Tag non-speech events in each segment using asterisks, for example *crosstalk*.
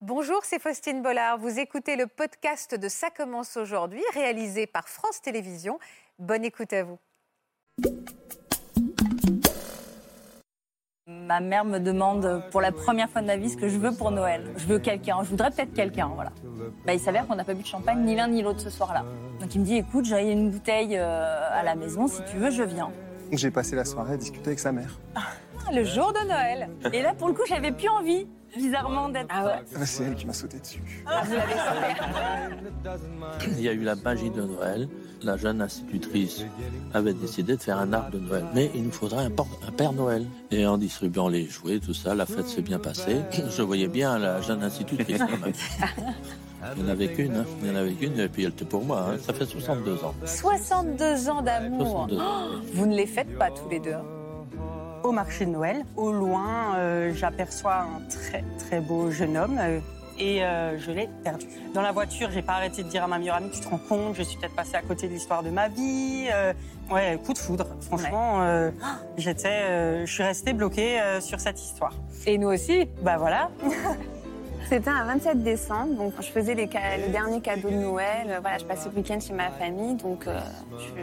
Bonjour, c'est Faustine Bollard. Vous écoutez le podcast de Ça commence aujourd'hui, réalisé par France Télévisions. Bonne écoute à vous. Ma mère me demande pour la première fois de ma vie ce que je veux pour Noël. Je veux quelqu'un, je voudrais peut-être quelqu'un, voilà. Bah, il s'avère qu'on n'a pas bu de champagne ni l'un ni l'autre ce soir-là. Donc il me dit écoute, j'ai une bouteille euh, à la maison, si tu veux, je viens. J'ai passé la soirée à discuter avec sa mère. Ah, Le jour de Noël. Et là, pour le coup, j'avais plus envie, bizarrement, d'être. Ah ouais. Ah, C'est elle qui m'a sauté dessus. Il y a eu la magie de Noël. La jeune institutrice avait décidé de faire un arbre de Noël. Mais il nous faudrait un, por- un Père Noël. Et en distribuant les jouets, tout ça, la fête s'est bien passée. *clears throat* Je voyais bien la jeune institutrice quand même. Il n'y en avait qu'une, hein. il n'y en avait qu'une, et puis elle était pour moi. hein. Ça fait 62 ans. 62 ans d'amour. Oh, 62 ans. Vous ne les faites pas tous les deux. hein. au marché de Noël. Au loin, euh, j'aperçois un très très beau jeune homme euh, et euh, je l'ai perdu. Dans la voiture, j'ai pas arrêté de dire à ma meilleure amie "Tu te rends compte Je suis peut-être passée à côté de l'histoire de ma vie." euh, ouais, coup de foudre. Franchement, euh, j'étais, euh, je suis restée bloquée euh, sur cette histoire. Et nous aussi. Bah voilà. C'était un 27 décembre, donc je faisais les, ca- les derniers cadeaux de Noël. Euh, Voilà, je passais le week-end chez ma famille, donc euh,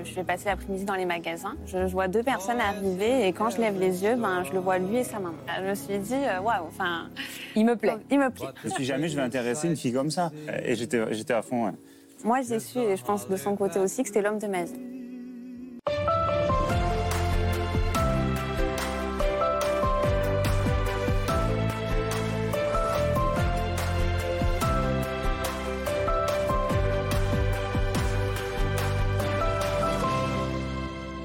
je, je vais passer l'après-midi dans les magasins. Je, je vois deux personnes arriver et quand je lève les yeux, ben, je le vois lui et sa maman. Je me suis dit, euh, waouh, enfin, Il me plaît. il me plaît. Je me suis dit, jamais je vais intéresser une fille comme ça. Et j'étais j'étais à fond. ouais. Moi, j'ai su, et je pense de son côté aussi, que c'était l'homme de ma vie.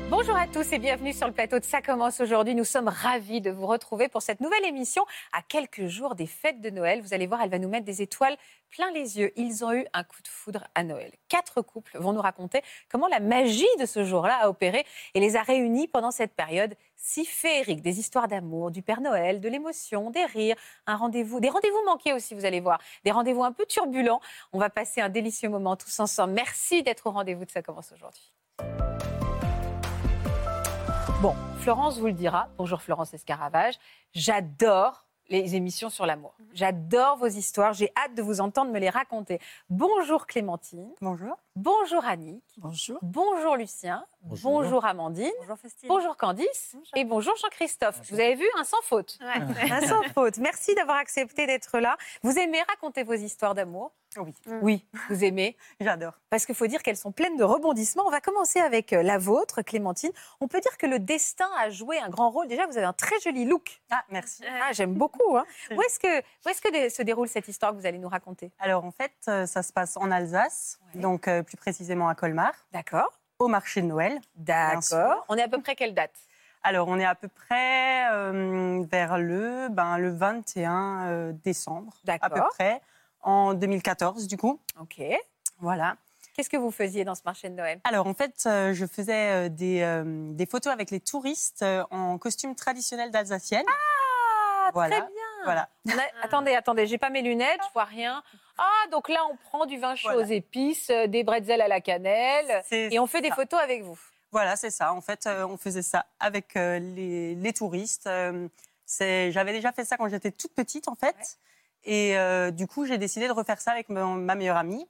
Bonjour à tous et bienvenue sur le plateau de Ça commence aujourd'hui. Nous sommes ravis de vous retrouver pour cette nouvelle émission à quelques jours des fêtes de Noël. Vous allez voir, elle va nous mettre des étoiles plein les yeux. Ils ont eu un coup de foudre à Noël. Quatre couples vont nous raconter comment la magie de ce jour-là a opéré et les a réunis pendant cette période si féerique. Des histoires d'amour, du Père Noël, de l'émotion, des rires, un rendez-vous, des rendez-vous manqués aussi, vous allez voir, des rendez-vous un peu turbulents. On va passer un délicieux moment tous ensemble. Merci d'être au rendez-vous de Ça commence aujourd'hui. Bon, Florence vous le dira. Bonjour Florence Escaravage. J'adore les émissions sur l'amour. J'adore vos histoires. J'ai hâte de vous entendre me les raconter. Bonjour Clémentine. Bonjour. Bonjour Annick. Bonjour. Bonjour Lucien. Bonjour, Bonjour. Amandine. Bonjour Festine. Bonjour Candice. Et bonjour Jean-Christophe. Vous avez vu un sans faute. Ah. Un *laughs* sans faute. Merci d'avoir accepté d'être là. Vous aimez raconter vos histoires d'amour Oui, Oui, vous aimez. *laughs* j'adore. Parce qu'il faut dire qu'elles sont pleines de rebondissements. On va commencer avec euh, la vôtre, Clémentine. On peut dire que le destin a joué un grand rôle. Déjà, vous avez un très joli look. Ah merci. Ah, j'aime beaucoup. hein. *laughs* C'est Où est-ce que, où est-ce que dé- se déroule cette histoire que vous allez nous raconter Alors en fait, euh, ça se passe en Alsace, Ouais. donc euh, plus précisément à Colmar, D'accord. au marché de Noël. D'accord. On est *laughs* à peu près quelle date Alors, on est à peu près euh, vers le, ben, le 21 euh, décembre, à peu D'accord. près, en 2014, du coup. Ok. Voilà. Qu'est-ce que vous faisiez dans ce marché de Noël Alors, en fait, euh, je faisais euh, des, euh, des photos avec les touristes euh, en costume traditionnel d'Alsacienne. Ah, Voilà. très bien. Voilà. On a- Attendez, attendez, j'ai pas mes lunettes, je vois rien. Ah, donc là, on prend du vin chaud Voilà. aux épices, euh, des bretzels à la cannelle, C'est et on fait des ça. photos avec vous. Voilà, c'est ça. En fait, euh, on faisait ça avec euh, les, les touristes. Euh, c'est- J'avais déjà fait ça quand j'étais toute petite, en fait. Et euh, du coup, j'ai décidé de refaire ça avec mon- ma meilleure amie.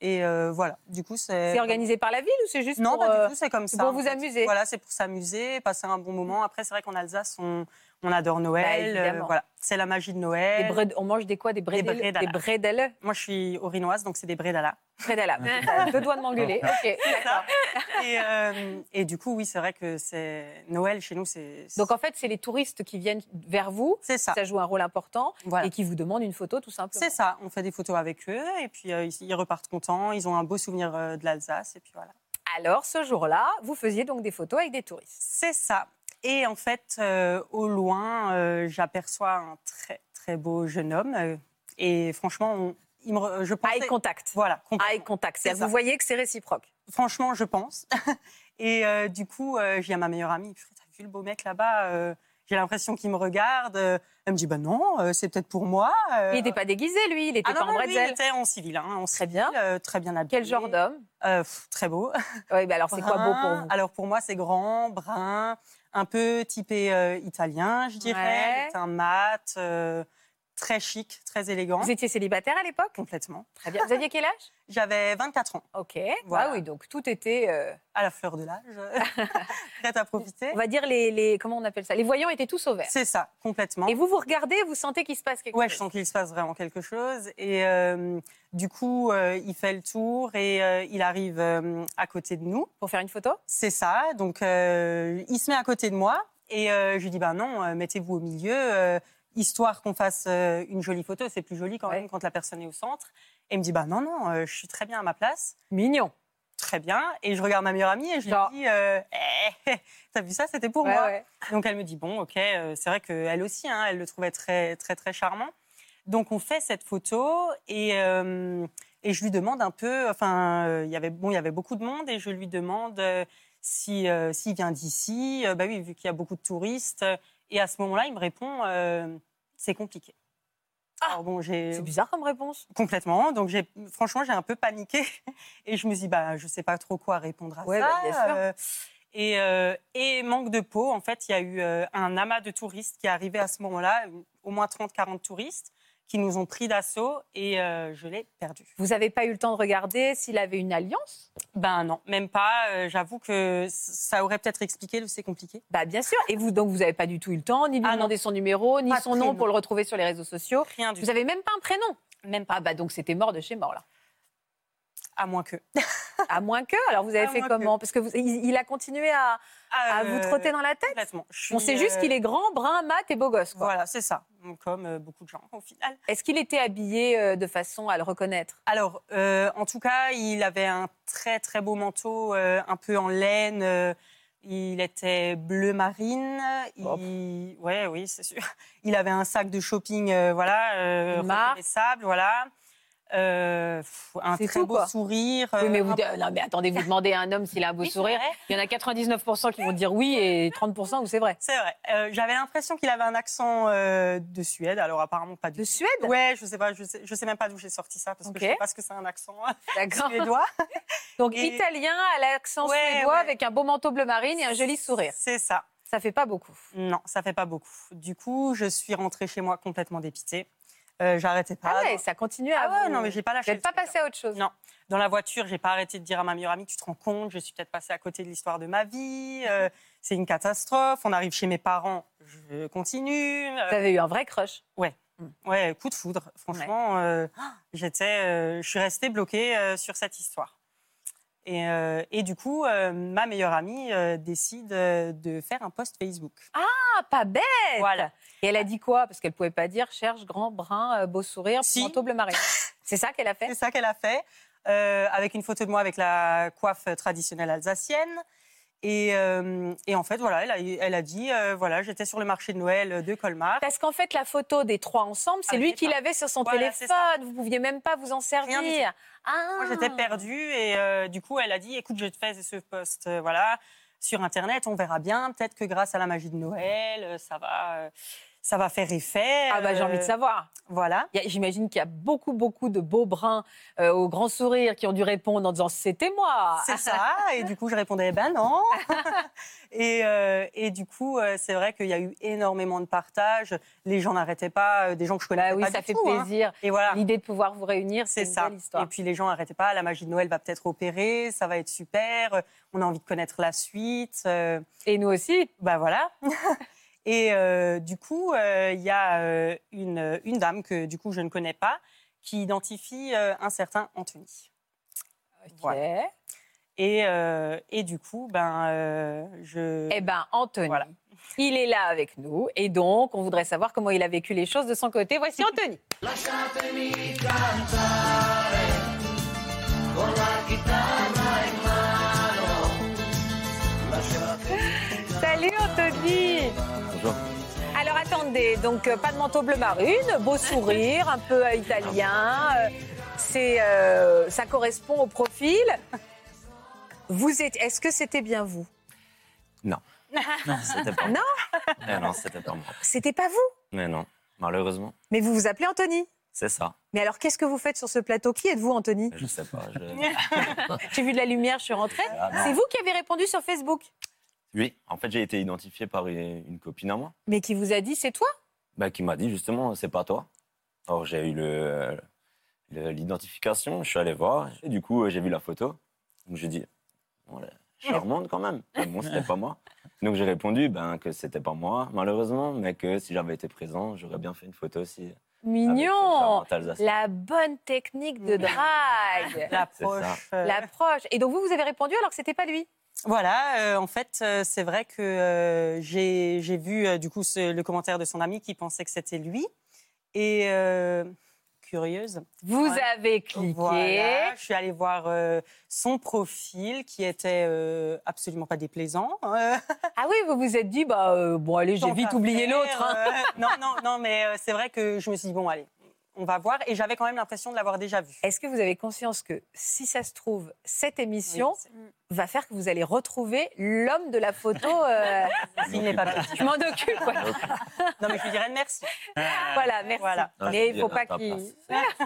Et euh, voilà, du coup, c'est... C'est organisé par la ville ou c'est juste Non, pour pas euh, du tout, c'est comme c'est ça. pour en vous fait. amuser. Voilà, c'est pour s'amuser, passer un bon moment. Après, c'est vrai qu'en Alsace, on, on adore Bah, Noël. euh, évidemment. voilà, c'est la magie de Des Noël. bred- on mange des quoi Des bredel Des bredala. bredel Moi, je suis orinoise, donc c'est des bredala. Bredala. Ah, *laughs* Euh, Deux doigts de *laughs* m'engueuler. Ok, d'accord. et, euh, et du coup, oui, c'est vrai que c'est Noël chez nous, c'est c'est- Donc en fait, c'est les touristes qui viennent vers vous, c'est ça. ça joue un rôle important, Voilà. et qui vous demandent une photo tout simplement. C'est ça, on fait des photos avec eux et puis euh, ils, ils repartent contents, ils ont un beau souvenir euh, de l'Alsace et puis voilà. Alors ce jour-là, vous faisiez donc des photos avec des touristes. C'est ça. Et en fait, euh, au loin, euh, j'aperçois un très très beau jeune homme euh, et franchement, on- il me re- je pensais Eye contact. Voilà, Eye complètement. contact. C'est C'est-à-dire que ça. Vous voyez que c'est réciproque. franchement, je pense. *laughs* et euh, du coup, euh, je dis à ma meilleure amie, Purée, t'as vu le beau mec là-bas euh, J'ai l'impression qu'il me regarde. Euh, elle me dit, bah non, euh, c'est peut-être pour moi. Euh, Il n'était pas déguisé, lui, il était ah non, pas en non, lui, il bretzel. était en civil, hein, en Très civil, bien. euh, très bien habillé. Quel genre d'homme Euh, pff, Très beau. Oui, bah alors c'est quoi beau pour Brun. vous Alors pour moi, c'est grand, brun, un peu typé euh, italien, je dirais. Ouais. Il était un mat, euh, très chic, très élégant. Vous étiez célibataire à l'époque Complètement. Très bien. Vous aviez quel âge *laughs* J'avais 24 ans, Ok. Voilà. Ah oui, donc tout était, euh, à la fleur de l'âge, prête à profiter. on va dire les, les- comment on appelle ça Les voyants étaient tous au vert. C'est ça, complètement. Et vous vous regardez, vous sentez qu'il se passe quelque Ouais, je chose. sens qu'il se passe vraiment quelque chose. Et euh, du coup, euh, il fait le tour et euh, il arrive euh, à côté de nous. Pour faire une photo C'est ça. Donc, euh, il se met à côté de moi et euh, je lui dis ben non, euh, mettez-vous au milieu, euh, histoire qu'on fasse euh, une jolie photo. C'est plus joli quand Ouais. même quand la personne est au centre. Et il me dit ben non, non, euh, je suis très bien à ma place. Mignon. Très bien. Et je regarde ma meilleure amie et je lui Genre. dis euh, *laughs* Eh, T'as vu ça C'était pour Ouais, moi. ouais. Donc elle me dit bon, ok, euh, c'est vrai qu'elle aussi, hein, elle le trouvait très très très charmant. Donc on fait cette photo et euh, et je lui demande un peu, enfin euh, il y avait bon il y avait beaucoup de monde et je lui demande euh, si euh, s'il vient d'ici, Euh, bah oui vu qu'il y a beaucoup de touristes. Et à ce moment-là il me répond euh, c'est compliqué. Ah Alors bon j'ai C'est bizarre comme réponse. complètement donc j'ai franchement j'ai un peu paniqué *laughs* et je me suis dit, bah je sais pas trop quoi répondre à Ouais, ça. bah, bien sûr. Euh, et, euh, et manque de peau, en fait, il y a eu euh, un amas de touristes qui est arrivé à ce moment-là, au moins 30-40 touristes qui nous ont pris d'assaut et euh, je l'ai perdu. Vous n'avez pas eu le temps de regarder s'il avait une alliance Ben non, même pas. Euh, J'avoue que ça aurait peut-être expliqué le c'est compliqué. Bah bien sûr. Et vous donc vous n'avez pas du tout eu le temps ni de lui Ah non. demander son numéro, ni Pas de son nom prénom. pour le retrouver sur les réseaux sociaux. Rien du Vous tout. n'avez même pas un prénom. Même pas. Ah bah donc c'était mort de chez mort là. À moins que. À moins que. Alors vous avez À fait moins Ah, que. Euh, comment Parce que vous- il, il a continué à, à vous trotter dans la tête. Complètement. Je suis, On sait juste euh, qu'il est grand, brun, mat et beau gosse. Quoi. Voilà, c'est ça. Donc, Comme euh, beaucoup de gens au final. Est-ce qu'il était habillé euh, de façon à le reconnaître Alors, euh, en tout cas, il avait un très très beau manteau, euh, un peu en laine. euh, il était bleu marine. Hop. Il... Ouais, oui, c'est sûr. *laughs* Il avait un sac de shopping, euh, voilà, euh, Une marque. reconnaissable, voilà. Euh, pff, un C'est très tout, beau quoi. sourire. Oui, euh, mais vous, un- euh, non, mais attendez, vous demandez à un homme s'il a un beau Oui, c'est sourire. vrai. Il y en a 99% qui vont dire oui et 30% où c'est vrai. C'est vrai. Euh, J'avais l'impression qu'il avait un accent euh, de Suède. Alors apparemment pas du De Suède Ouais, je sais pas, je sais, je sais même pas d'où j'ai sorti ça parce Ok. que je sais pas ce que c'est un accent euh, D'accord. suédois. Donc Et- italien à l'accent Ouais, suédois ouais. avec un beau manteau bleu marine et un joli sourire. C'est ça. Ça fait pas beaucoup. Non, ça fait pas beaucoup. Du coup, je suis rentrée chez moi complètement dépitée. Euh, J'arrêtais pas. Ah, ouais, ça continue à Ah ouais, vous- non, mais j'ai pas Vous lâché. n'êtes pas le truc, passé à autre chose. Non. hein. Dans la voiture, j'ai pas arrêté de dire à ma meilleure amie, tu te rends compte, je suis peut-être passée à côté de l'histoire de ma vie. *laughs* euh, C'est une catastrophe. On arrive chez mes parents, je continue. Vous Euh, avez eu un vrai crush. Hmm. ouais, coup de foudre. Franchement, euh, j'étais, euh, je suis restée bloquée euh, sur cette histoire. Et, euh, et du coup, euh, ma meilleure amie euh, décide euh, de faire un post Facebook. Ah, pas bête Voilà. Et elle a dit quoi Parce qu'elle pouvait pas dire cherche grand, brun, euh, beau sourire, Si. manteau bleu *laughs* marine. C'est ça qu'elle a fait C'est ça qu'elle a fait, euh, avec une photo de moi avec la coiffe traditionnelle alsacienne. Et, euh, et en fait, voilà, elle a, elle a dit, euh, voilà, j'étais sur le marché de Noël de Colmar. Parce qu'en fait, la photo des trois ensemble, c'est Ah, lui c'est qui ça. l'avait sur son Voilà, c'est téléphone. Vous pouviez même pas vous en servir. du tout. Ah. Moi, j'étais perdue et euh, du coup, elle a dit, écoute, je te fais ce post, euh, voilà, sur Internet, on verra bien. Peut-être que grâce à la magie de Noël, euh, ça va, euh, ça va faire effet. Ah bah j'ai envie de euh, savoir. Voilà. Il y a- J'imagine qu'il y a beaucoup beaucoup de beaux bruns euh, au grand sourire qui ont dû répondre en disant c'était moi. *laughs* C'est ça. Et du coup, je répondais, ben non. et, euh, et du coup, euh, c'est vrai qu'il y a eu énormément de partages. Les gens n'arrêtaient pas, euh, des gens que je connaissais Bah oui, pas ça du fait tout, hein. plaisir. Et voilà. L'idée de pouvoir vous réunir, c'est C'est une ça. belle histoire. Et puis les gens n'arrêtaient pas. La magie de Noël va peut-être opérer, ça va être super. euh, On a envie de connaître la suite. euh, Et nous aussi. bah voilà. *laughs* et euh, du coup, euh, il y a euh, une, une dame que du coup je ne connais pas qui identifie euh, un certain Anthony. Ok. Voilà. Et, euh, et du coup, ben, euh, je. Eh ben Anthony, Voilà. il est là avec nous et donc on voudrait savoir comment il a vécu les choses de son côté. *laughs* Voici Anthony. Salut Anthony. Bonjour. Alors attendez, donc euh, pas de manteau bleu marine, beau sourire, un peu euh, italien. euh, c'est, euh, ça correspond au profil. Vous êtes, est-ce que c'était bien vous *laughs* Non, c'était pas Non. Mais non, c'était pas moi. C'était pas vous, Mais non, malheureusement, mais vous vous appelez Anthony. c'est ça. Mais alors qu'est-ce que vous faites sur ce plateau Qui êtes-vous Anthony Je sais pas. je- *laughs* J'ai vu de la lumière, je suis rentrée. Ah, non. C'est vous qui avez répondu sur Facebook, Oui, en fait, j'ai été identifié par une une copine à moi mais qui vous a dit c'est toi bah, qui m'a dit justement, c'est pas toi. Alors j'ai eu le- le- l'identification, je suis allé voir, et du coup euh, j'ai vu la photo. Donc j'ai dit, bon, elle est charmante quand même. Mais bon, c'était pas moi. Donc j'ai répondu ben, que c'était pas moi, malheureusement, mais que si j'avais été présent, j'aurais bien fait une photo aussi. avec cette Mignon charmante Alsacienne. La bonne technique de *laughs* drague L'approche. euh, L'approche. Et donc vous, vous avez répondu alors que c'était pas lui Voilà, euh, en fait, euh, c'est vrai que euh, j'ai j'ai vu euh, du coup ce- le commentaire de son ami qui pensait que c'était lui. Et euh, curieuse. Vous Ouais. avez cliqué. Voilà, je suis allée voir euh, son profil qui était euh, absolument pas déplaisant. Euh, Ah oui, vous vous êtes dit, bah, euh, bon, allez, j'ai tant vite qu'à oublié faire, l'autre. hein. euh, non, non, non, mais euh, c'est vrai que je me suis dit, bon, allez, on va voir. Et j'avais quand même l'impression de l'avoir déjà vu. Est-ce que vous avez conscience que, si ça se trouve, cette émission Oui, Mm. va faire que vous allez retrouver l'homme de la photo *laughs* euh, il n'est pas petit. Je m'en occupe. voilà. Donc, Non, mais je lui dirais merci. Voilà, merci. Voilà. Mais Ah, je dis, il faut non, pas t'as qu'il. *laughs* Euh,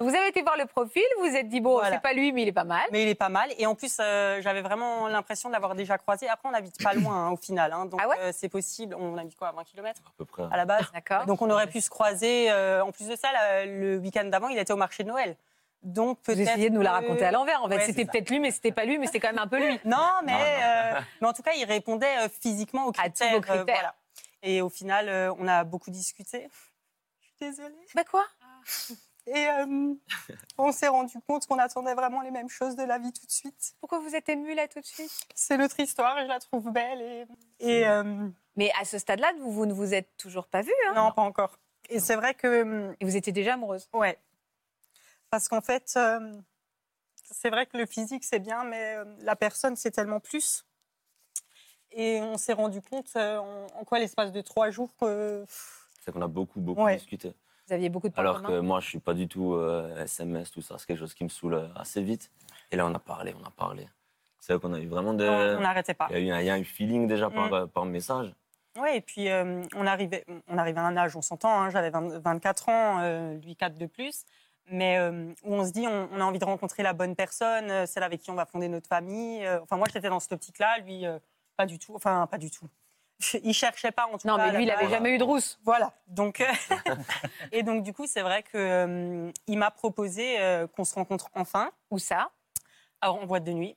Vous avez été voir le profil, vous vous êtes dit, bon, Voilà. c'est pas lui, mais il est pas mal. Mais il est pas mal. Et en plus, euh, j'avais vraiment l'impression de l'avoir déjà croisé. Après, on n'habite pas loin hein, au final. hein. donc, Ah ouais euh, c'est possible. On habite quoi, à 20 km à peu près. hein. à la base D'accord Donc, on aurait pu se croiser. euh, en plus de ça, la- le week-end d'avant, il était au marché de Noël. Donc, Vous peut-être. essayez de nous la que- raconter à l'envers. En fait, Ouais, c'est c'était ça. peut-être lui, mais c'était pas lui, mais c'était quand même un peu lui. Non, mais, Non, non. euh, mais en tout cas, il répondait euh, physiquement aux À critères. tous vos euh, critères. voilà. Et au final, euh, on a beaucoup discuté. Je suis désolée. Ah. Bah quoi Et euh, on s'est rendu compte qu'on attendait vraiment les mêmes choses de la vie tout de suite. Pourquoi vous êtes ému là tout de suite C'est notre histoire et je la trouve belle. Et, et, euh, Mais à ce stade-là, vous, vous ne vous êtes toujours pas vu. non, pas encore. Et c'est vrai que, hum, Et vous étiez déjà amoureuse. ouais, parce qu'en fait, euh, c'est vrai que le physique c'est bien, mais euh, la personne c'est tellement plus. Et on s'est rendu compte euh, en, en quoi l'espace de trois jours. euh, C'est qu'on a beaucoup, beaucoup Ouais. discuté. Vous aviez beaucoup de hein. points Alors communs. que moi, je suis pas du tout euh, SMS, tout ça. C'est quelque chose qui me saoule euh, assez vite. Et là, on a parlé, on a parlé. C'est vrai qu'on a eu vraiment de. on n'arrêtait pas. Il y a eu un, il y a un feeling déjà par, Mm. euh, par message. Ouais, et puis euh, on, arrivait, on arrivait à un âge, on s'entend, hein, j'avais 20 24 ans, euh, lui 4 de plus, mais euh, où on se dit on, on a envie de rencontrer la bonne personne, euh, celle avec qui on va fonder notre famille. euh, enfin, moi j'étais dans cette optique-là, lui euh, pas du tout, enfin pas du tout. *laughs* Il cherchait pas en tout Non, cas. mais à lui, il la avait base. jamais eu de rousse. Voilà, donc. *laughs* euh, et donc du coup, c'est vrai qu'il m'a proposé euh, qu'on se rencontre enfin, Où ça alors en boîte de nuit,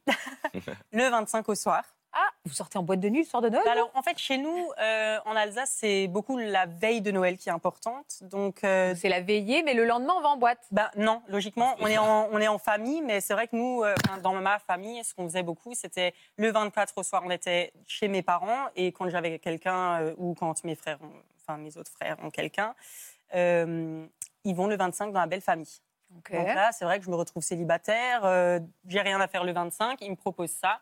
le 25 au soir. Ah, vous sortez en boîte de nuit le soir de Noël Bah Alors, en fait, chez nous, euh, en Alsace, c'est beaucoup la veille de Noël qui est importante. Donc, euh, C'est la veillée, mais le lendemain, on va en boîte. bah, non, logiquement, on est, en, on est en famille, mais c'est vrai que nous, euh, enfin, dans ma famille, ce qu'on faisait beaucoup, c'était le 24 au soir, on était chez mes parents, et quand j'avais quelqu'un, euh, ou quand mes frères, ont- enfin mes autres frères ont quelqu'un, euh, ils vont le 25 dans la belle famille. Ok. Donc là, c'est vrai que je me retrouve célibataire, euh, j'ai rien à faire le 25, il me propose ça.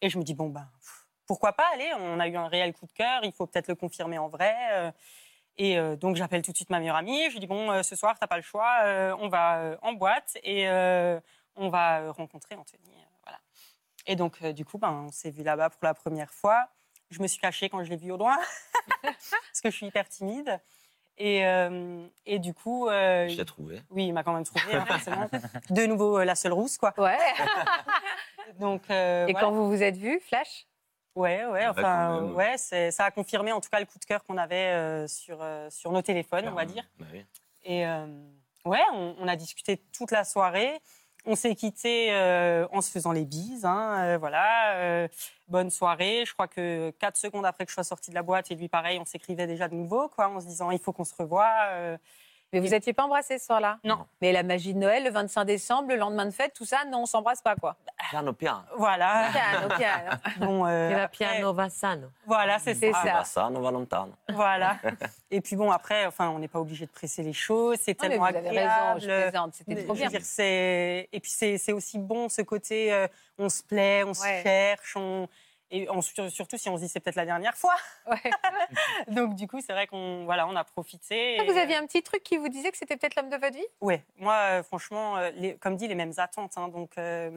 Et je me dis, bon, ben, pff, pourquoi pas aller On a eu un réel coup de cœur, il faut peut-être le confirmer en vrai. euh. et euh, donc, j'appelle tout de suite ma meilleure amie, je lui dis, bon, euh, ce soir, t'as pas le choix, euh, on va euh, en boîte et euh, on va euh, rencontrer Anthony. euh, voilà. Et donc, euh, du coup, ben, on s'est vu là-bas pour la première fois. Je me suis cachée quand je l'ai vu au loin, *laughs* parce que je suis hyper timide. Et, euh, et du coup. euh, Je l'ai trouvé. oui, il m'a quand même trouvé, hein, forcément. De nouveau, euh, la seule rousse, quoi. Ouais. *laughs* Donc, euh, Et voilà. quand vous vous êtes vus, Flash Ouais, ouais, Ah, enfin, quand euh, même. ouais, c'est- ça a confirmé en tout cas le coup de cœur qu'on avait euh, sur, euh, sur nos téléphones, on va dire. Bah oui. Et euh, ouais, on, on a discuté toute la soirée. On s'est quitté euh, en se faisant les bises, hein, euh, voilà. euh, bonne soirée. Je crois que 4 secondes après que je sois sortie de la boîte, et lui pareil, on s'écrivait déjà de nouveau, quoi, en se disant il faut qu'on se revoie. euh, Mais vous n'étiez pas embrassés ce soir-là Non. Mais la magie de Noël, le 25 décembre, le lendemain de fête, tout ça, non, on s'embrasse pas, quoi. Piano, piano. voilà. *laughs* Piano, *laughs* piano. bon, euh, Era après, piano Vassano. Voilà, c'est C'est ça. ça. Ah, ça, non, Valentano. Voilà. Et puis bon, après, enfin, on n'est pas obligé de presser les choses. C'est Non, Ah, mais tellement vous avez raison, agréable. je plaisante, c'était Mais trop je bien. veux dire, c'est- Et puis c'est c'est aussi bon ce côté, euh, on se plaît, on Ouais. se cherche, on... et on- sur- surtout si on se dit c'est peut-être la dernière fois. Ouais. *laughs* Donc du coup, c'est vrai qu'on voilà, on a profité. Ah, Vous aviez un petit truc qui vous disait que c'était peut-être l'homme de votre vie Ouais, moi, euh, franchement, euh, les- comme dit, les mêmes attentes. hein, donc euh,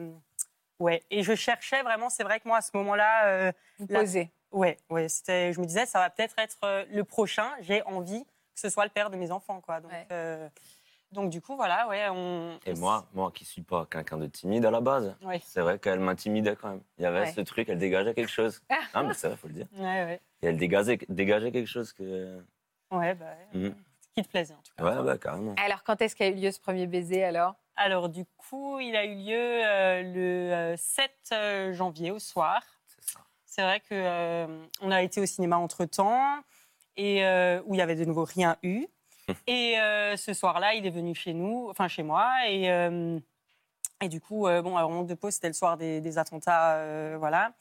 ouais, et je cherchais vraiment. C'est vrai que moi, à ce moment-là. euh, Vous La- posez. Ouais, ouais, c'était, je me disais, ça va peut-être être euh, le prochain. J'ai envie que ce soit le père de mes enfants, quoi. Donc, Ouais. euh, donc du coup, voilà, ouais, on. Et moi, moi qui suis pas quelqu'un de timide à la base, Ouais. c'est vrai qu'elle m'intimidait quand même. Il y avait Ouais. ce truc, elle dégageait quelque *laughs* chose. Ah, mais c'est vrai, faut le dire. Ouais, ouais. Et elle dégageait, dégageait quelque chose que. Ouais, bah, ouais. Mhm. qui te plaisait en tout cas. Ouais, bah, carrément. Alors, quand est-ce qu'a eu lieu ce premier baiser alors Alors du coup, il a eu lieu euh, le euh, 7 euh, janvier au soir. C'est ça. C'est vrai que euh, on a été au cinéma entre temps et euh, où il y avait de nouveau rien *laughs* eu. Et euh, ce soir-là, il est venu chez nous, enfin chez moi, et, euh, et du coup, euh, bon, alors manque de peau, c'était le soir des, des attentats, euh, voilà.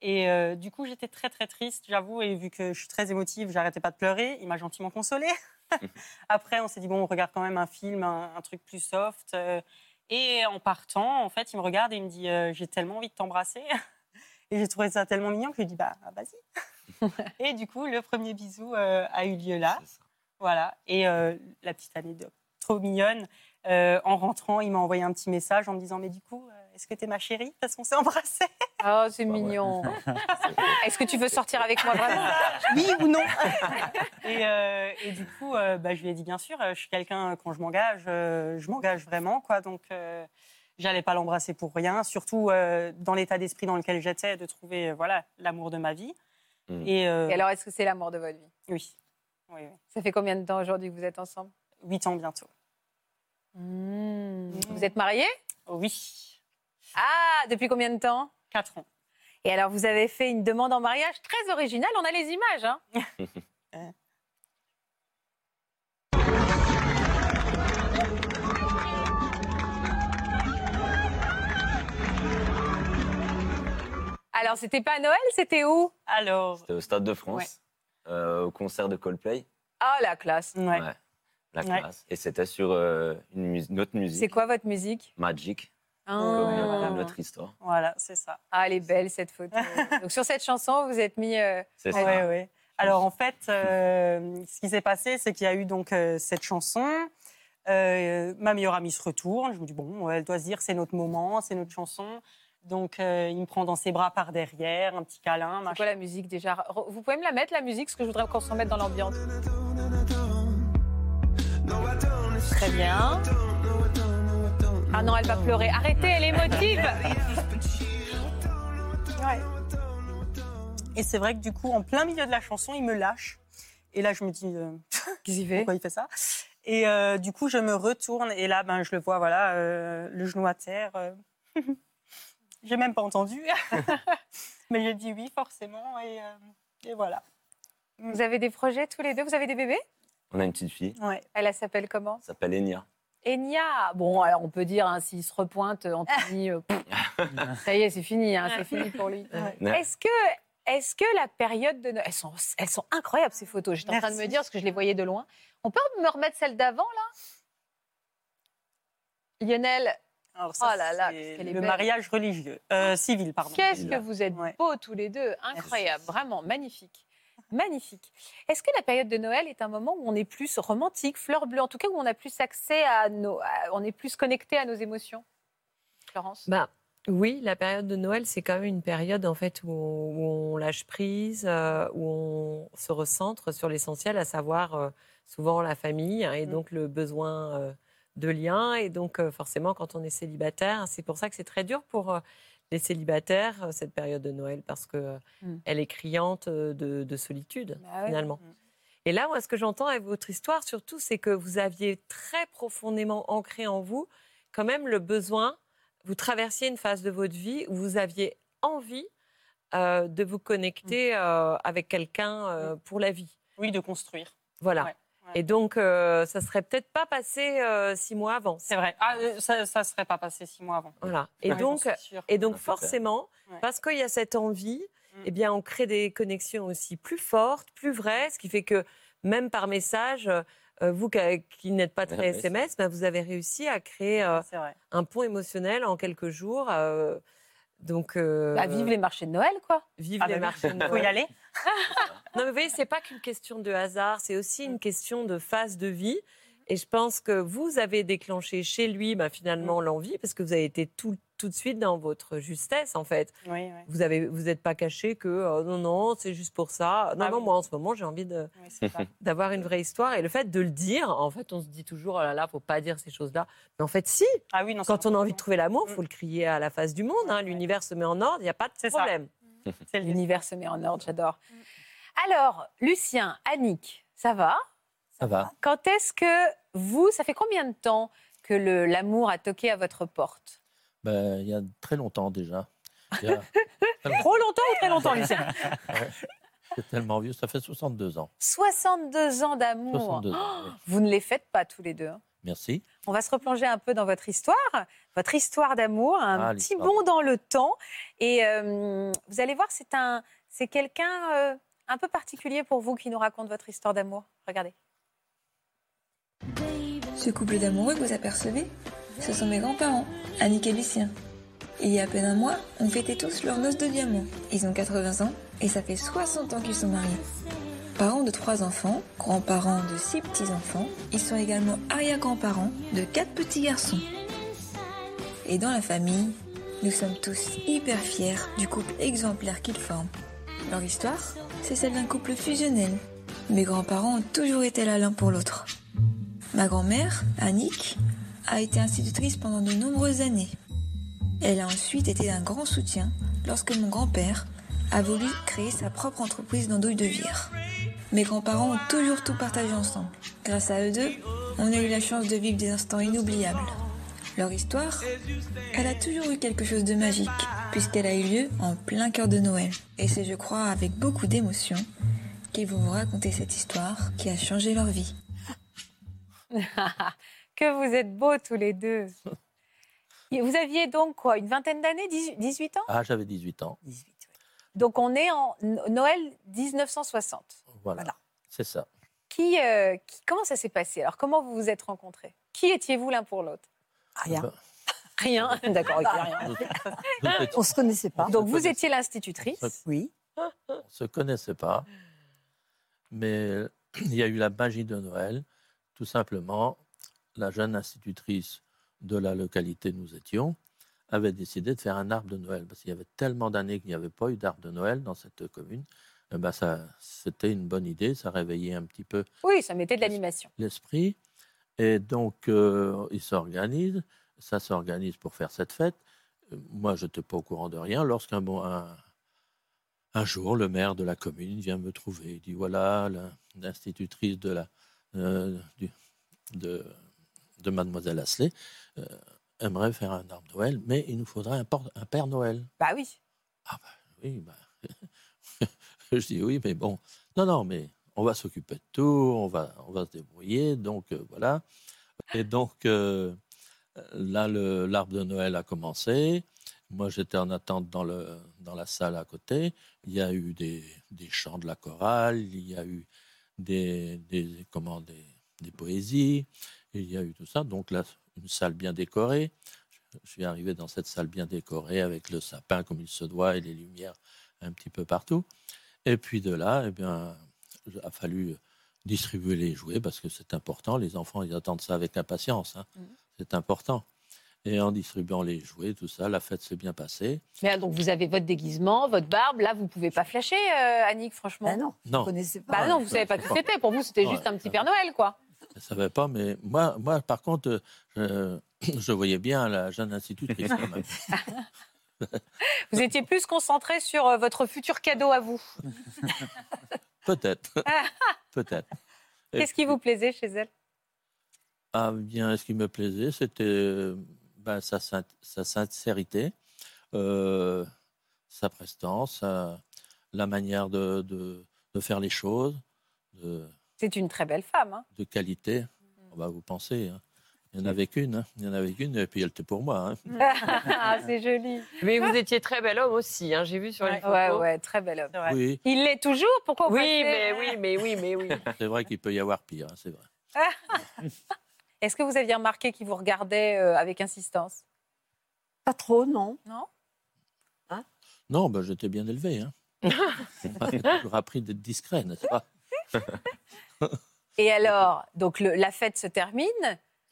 Et euh, du coup, j'étais très très triste, j'avoue, et vu que je suis très émotive, j'arrêtais pas de pleurer. Il m'a gentiment consolée. *laughs* Après, on s'est dit bon, on regarde quand même un film, un, un truc plus soft. euh, et en partant, en fait, il me regarde et il me dit euh, j'ai tellement envie de t'embrasser. *laughs* Et j'ai trouvé ça tellement mignon que je lui ai dit, bah, ah, vas-y. et du coup, le premier bisou euh, a eu lieu là. C'est ça. Voilà. Et euh, la petite anecdote trop mignonne. euh, en rentrant, il m'a envoyé un petit message en me disant, mais du coup, euh, est-ce que t'es ma chérie Parce qu'on s'est embrassés. Oh, c'est Bah ouais. *laughs* mignon. C'est- Est-ce que tu veux sortir avec moi vraiment oui ou non et, euh, et du coup, euh, bah, je lui ai dit, bien sûr, euh, je suis quelqu'un, euh, quand je m'engage, euh, je m'engage vraiment. quoi. Donc, euh, j'allais pas l'embrasser pour rien, surtout euh, dans l'état d'esprit dans lequel j'étais, de trouver euh, voilà l'amour de ma vie. Mm. Et, euh, Et alors, est-ce que c'est l'amour de votre vie oui. Oui, oui. Ça fait combien de temps aujourd'hui que vous êtes ensemble Hmm. Huit ans bientôt. Vous êtes mariés Oh oui, Ah, depuis combien de temps quatre ans. Et alors, vous avez fait une demande en mariage très originale. On a les images. *laughs* Hein alors, c'était pas à Noël, c'était où Alors, C'était au Stade de France, euh, au concert de Coldplay. Ah, la classe. ouais. Ouais. La Ouais. classe. Et c'était sur euh, une, mus- une autre C'est musique, quoi votre musique Magic, Ah. comme Ah. comme notre histoire. voilà, c'est ça. Ah, elle est belle cette *laughs* photo. Donc, sur cette chanson, vous êtes mis. euh, C'est Ouais, ça. ouais. Alors *laughs* en fait, euh, ce qui s'est passé, c'est qu'il y a eu donc euh, cette chanson. Euh, ma meilleure amie se retourne. Je me dis bon, elle doit se dire c'est notre moment, c'est notre chanson. Donc euh, il me prend dans ses bras par derrière, un petit câlin, C'est machin. quoi la musique déjà Re- Vous pouvez me la mettre, la musique, parce que je voudrais qu'on se remette dans l'ambiance. Très bien. Ah non, elle va pleurer. Arrêtez, elle est émotive. Et c'est vrai que du coup, en plein milieu de la chanson, il me lâche. Et là, je me dis euh, *laughs* Qu'est-ce qu'il fait pourquoi il fait ça Et euh, du coup, je me retourne et là, ben je le vois, voilà, euh, le genou à terre. euh. *laughs* j'ai même pas entendu, mais j'ai dit oui forcément et, euh, et voilà. Vous avez des projets tous les deux Vous avez des bébés On a une petite fille, Ouais. Elle elle s'appelle comment elle s'appelle Enya. Enya. Bon, alors on peut dire, hein, s'il se repointe, euh, Anthony, euh, pff, ça y est, c'est fini, hein, c'est fini pour lui. Ouais. Est-ce que, est que la période de Noël. Elles sont, elles sont incroyables ces photos. J'étais en train de me Merci. dire, parce que je les voyais de loin. On peut me remettre celle d'avant, là Lionel, Alors Oh là là, c'est qu'est-ce qu'elle est le belle. mariage religieux, Oh, euh, civil pardon. qu'est-ce que Lila. vous êtes Ouais. beaux tous les deux. Incroyable, vraiment, magnifique. Magnifique. Est-ce que la période de Noël est un moment où on est plus romantique, fleur bleue, en tout cas où on a plus accès à nos. à- on est plus connecté à nos émotions Florence Bah, oui, la période de Noël, c'est quand même une période en fait où on, où on lâche prise, euh, où on se recentre sur l'essentiel, à savoir euh, souvent la famille hein, et Mm. donc le besoin euh, de liens. Et donc euh, forcément, quand on est célibataire, c'est pour ça que c'est très dur pour euh, les célibataires euh, cette période de Noël parce que euh, Mm. elle est criante euh, de, de solitude Bah ouais. finalement. Mm. Et là, moi, ce que j'entends avec votre histoire, surtout, c'est que vous aviez très profondément ancré en vous quand même le besoin, vous traversiez une phase de votre vie où vous aviez envie euh, de vous Mmh. connecter euh, avec quelqu'un euh, pour la vie. Oui, de construire. Voilà. Ouais, ouais. Et donc, euh, ça serait peut-être pas passé euh, six mois avant. C'est vrai. Ah, euh, ça, ça serait pas passé six mois avant. Voilà. Et Ouais, j'en donc, suis sûre. et donc Ah, c'est clair. forcément, Ouais. parce qu'il y a cette envie, Mm. eh bien, on crée des connexions aussi plus fortes, plus vraies, ce qui fait que même par message, euh, vous qui qui n'êtes pas très Ouais, ouais, SMS, ben, vous avez réussi à créer euh, c'est vrai. un pont émotionnel en quelques jours. euh, donc, euh, Bah, Vive les marchés de Noël, quoi. vive Ah, les bah oui. marchés de Faut y Noël. aller. *laughs* Non, mais vous voyez, c'est pas qu'une question de hasard, c'est aussi une question de phase de vie. Et je pense que vous avez déclenché chez lui, ben, Mm. finalement, l'envie, parce que vous avez été tout, tout de suite dans votre justesse, en fait. Oui, oui. Vous n'êtes vous êtes pas caché que euh, non, non, c'est juste pour ça. Non, Ah non, oui. moi, en ce moment, j'ai envie de- oui, c'est ça. d'avoir une vraie histoire. Et le fait de le dire, en fait, on se dit toujours, oh là là, faut pas dire ces choses-là. Mais en fait, si, Ah oui, non, quand c'est on a envie de important. trouver l'amour, Mm. faut le crier à la face du monde. hein. Ouais. L'univers se met en ordre, il n'y a pas de C'est ça. problème. C'est Oh, le- Mm. L'univers se met en ordre, j'adore. Alors, Lucien, Annick, ça va Ça *laughs* va. Quand est-ce que vous, ça fait combien de temps que le- l'amour a toqué à votre porte Ben, il y a très longtemps déjà. Il y a- *laughs* Trop longtemps ou très longtemps, *laughs* Lucien C'est tellement vieux, ça fait 62 ans. 62 ans d'amour. Oh, 62 ans, oui. Vous ne les faites pas tous les deux. hein. Merci. On va se replonger un peu dans votre histoire, votre histoire d'amour, un Ah, petit l'histoire. bond dans le temps. Et euh, vous allez voir, c'est un, c'est quelqu'un euh, un peu particulier pour vous qui nous raconte votre histoire d'amour. *laughs* Regardez. Ce couple d'amoureux que vous apercevez, ce sont mes grands-parents, Annick et Lucien. Il y a à peine un mois, on fêtait tous leur noce de diamant. Ils ont 80 ans et ça fait 60 ans qu'ils sont mariés. Parents de trois enfants, grands-parents de six petits-enfants, ils sont également arrière-grands-parents de quatre petits garçons. Et dans la famille, nous sommes tous hyper fiers du couple exemplaire qu'ils forment. Leur histoire, c'est celle d'un couple fusionnel. Mes grands-parents ont toujours été là l'un pour l'autre. Ma grand-mère, Annick, a été institutrice pendant de nombreuses années. Elle a ensuite été d'un grand soutien lorsque mon grand-père a voulu créer sa propre entreprise d'andouille de vire. Mes grands-parents ont toujours tout partagé ensemble. Grâce à eux deux, on a eu la chance de vivre des instants inoubliables. Leur histoire, elle a toujours eu quelque chose de magique, puisqu'elle a eu lieu en plein cœur de Noël. Et c'est, je crois, avec beaucoup d'émotion qu'ils vont vous raconter cette histoire qui a changé leur vie. que vous êtes beaux tous les deux. Et Vous aviez donc quoi, une vingtaine d'années, 18 18 ans Ah, j'avais 18 ans. Donc on est en No- Noël 1960. Voilà. C'est ça. Qui, euh, qui- comment ça s'est passé Alors comment vous vous êtes rencontrés Qui étiez-vous l'un pour l'autre Ah, Ben, Rien. D'accord, ok, rien. *laughs* nous- nous étions- On se connaissait pas. Donc vous étiez l'institutrice. Oui. on ne se connaissait pas, mais il y a eu la magie de Noël. Tout simplement, la jeune institutrice de la localité où nous étions avait décidé de faire un arbre de Noël, parce qu'il y avait tellement d'années qu'il n'y avait pas eu d'arbre de Noël dans cette commune. Eh ben, ça, c'était une bonne idée, ça réveillait un petit peu Oui, ça mettait de l'animation. l'esprit. Et donc, euh, ils s'organisent, ça s'organise pour faire cette fête. Euh, Moi, je n'étais pas au courant de rien. Lorsqu'un bon, un, un jour, le maire de la commune vient me trouver, il dit voilà, la- l'institutrice de, la, euh, du- de, de Mademoiselle Asselet euh, aimerait faire un arbre Noël, mais il nous faudrait un, porte- un Père Noël. Bah oui. Ah ben oui, ben, *laughs* je dis oui, mais bon, non, non, mais on va s'occuper de tout, on va, on va se débrouiller, donc euh, voilà. Et donc euh, là, le- l'arbre de Noël a commencé. Moi, j'étais en attente dans, le, dans la salle à côté. Il y a eu des, des chants de la chorale, il y a eu des, des, comment, des, des poésies, il y a eu tout ça. Donc là, une salle bien décorée. Je suis arrivé dans cette salle bien décorée avec le sapin comme il se doit et les lumières un petit peu partout. Et puis de là, eh bien, il a fallu euh, distribuer les jouets parce que c'est important. Les enfants, ils attendent ça avec impatience. hein. Mhm. C'est important. Et en distribuant les jouets, tout ça, la fête s'est bien passée. Mais ah, donc vous avez votre déguisement, votre barbe. Là, vous pouvez pas flasher, euh, Annick, franchement. Bah non, on Non, connaissait pas. Bah Ouais, non, vous je savez pas sais qui pas. c'était. Pour vous, c'était Ouais. juste un petit Père Noël, quoi. je ne savais pas, mais moi, moi par contre, euh, je, *coughs* je voyais bien la jeune institutrice quand même. Vous étiez plus concentré sur euh, votre futur cadeau *laughs* à vous. Peut-être. *laughs* Peut-être. Et Qu'est-ce qui puis- vous plaisait chez elle Ah bien, ce qui me plaisait, c'était euh, ben, sa, sin- sa sincérité, euh, sa prestance, sa- la manière de, de- de faire les choses, de, C'est une très belle femme. hein. de qualité. On va vous penser. hein. Il n'y en avait qu'une, hein. il y en avait qu'une, et puis elle était pour moi. hein. Mmh. *laughs* Ah, c'est joli. Mais vous étiez très bel homme aussi, hein, j'ai vu sur les photos. Ouais, ouais, très bel homme. Ouais. Oui, Il l'est toujours. Pourquoi vous Oui, restez- mais oui, mais oui, mais oui. *laughs* c'est vrai qu'il peut y avoir pire, hein, c'est vrai. *laughs* Est-ce que vous aviez remarqué qu'il vous regardait euh, avec insistance Pas trop, non. Non, ben, j'étais bien élevé. *laughs* Hein. J'ai toujours appris d'être discret, n'est-ce pas Et alors, donc le- la fête se termine.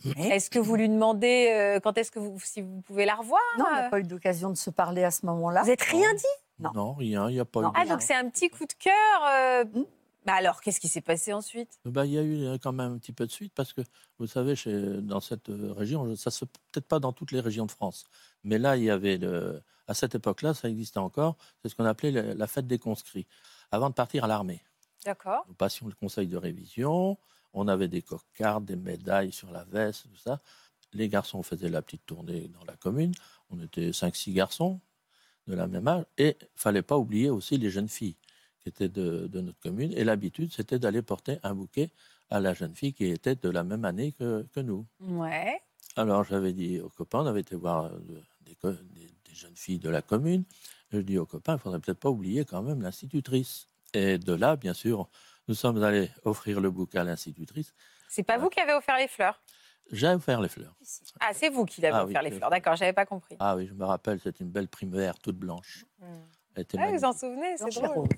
Mais- Est-ce que vous lui demandez euh, quand est-ce que vous, si vous pouvez la revoir Non, on n'a pas eu d'occasion de se parler à ce moment-là. Vous n'êtes rien dit. Non. rien, il n'y a pas Non. eu Ah de- donc c'est un petit coup de cœur. euh, Hmm. Bah alors qu'est-ce qui s'est passé ensuite Ben, il y a eu euh, quand même un petit peu de suite parce que vous savez, chez- dans cette euh, région, je- ça se peut-être pas dans toutes les régions de France, mais là, il y avait le- à cette époque-là, ça existait encore, c'est ce qu'on appelait la, la fête des conscrits. Avant de partir à l'armée, D'accord. nous passions le conseil de révision, On avait des cocardes, des médailles sur la veste, tout ça. Les garçons faisaient la petite tournée dans la commune. On était 5-6 garçons de la même âge. Et fallait pas oublier aussi les jeunes filles qui étaient de, de notre commune. Et l'habitude, c'était d'aller porter un bouquet à la jeune fille qui était de la même année que, que nous. Ouais. Alors j'avais dit aux copains, on avait été voir euh, des, co- des- des jeunes filles de la commune. Je dis aux copains, il faudrait peut-être pas oublier quand même l'institutrice. Et de là, bien sûr, nous sommes allés offrir le bouquet à l'institutrice. C'est pas vous qui avez offert les fleurs J'ai offert les fleurs. Ah, c'est vous qui l'avez Ah oui, offert les je- fleurs. D'accord, j'avais pas compris. Ah oui, je me rappelle, c'est une belle primaire toute blanche. Elle était Ah, vous vous en magnifique. souvenez, c'est Blanche et drôle.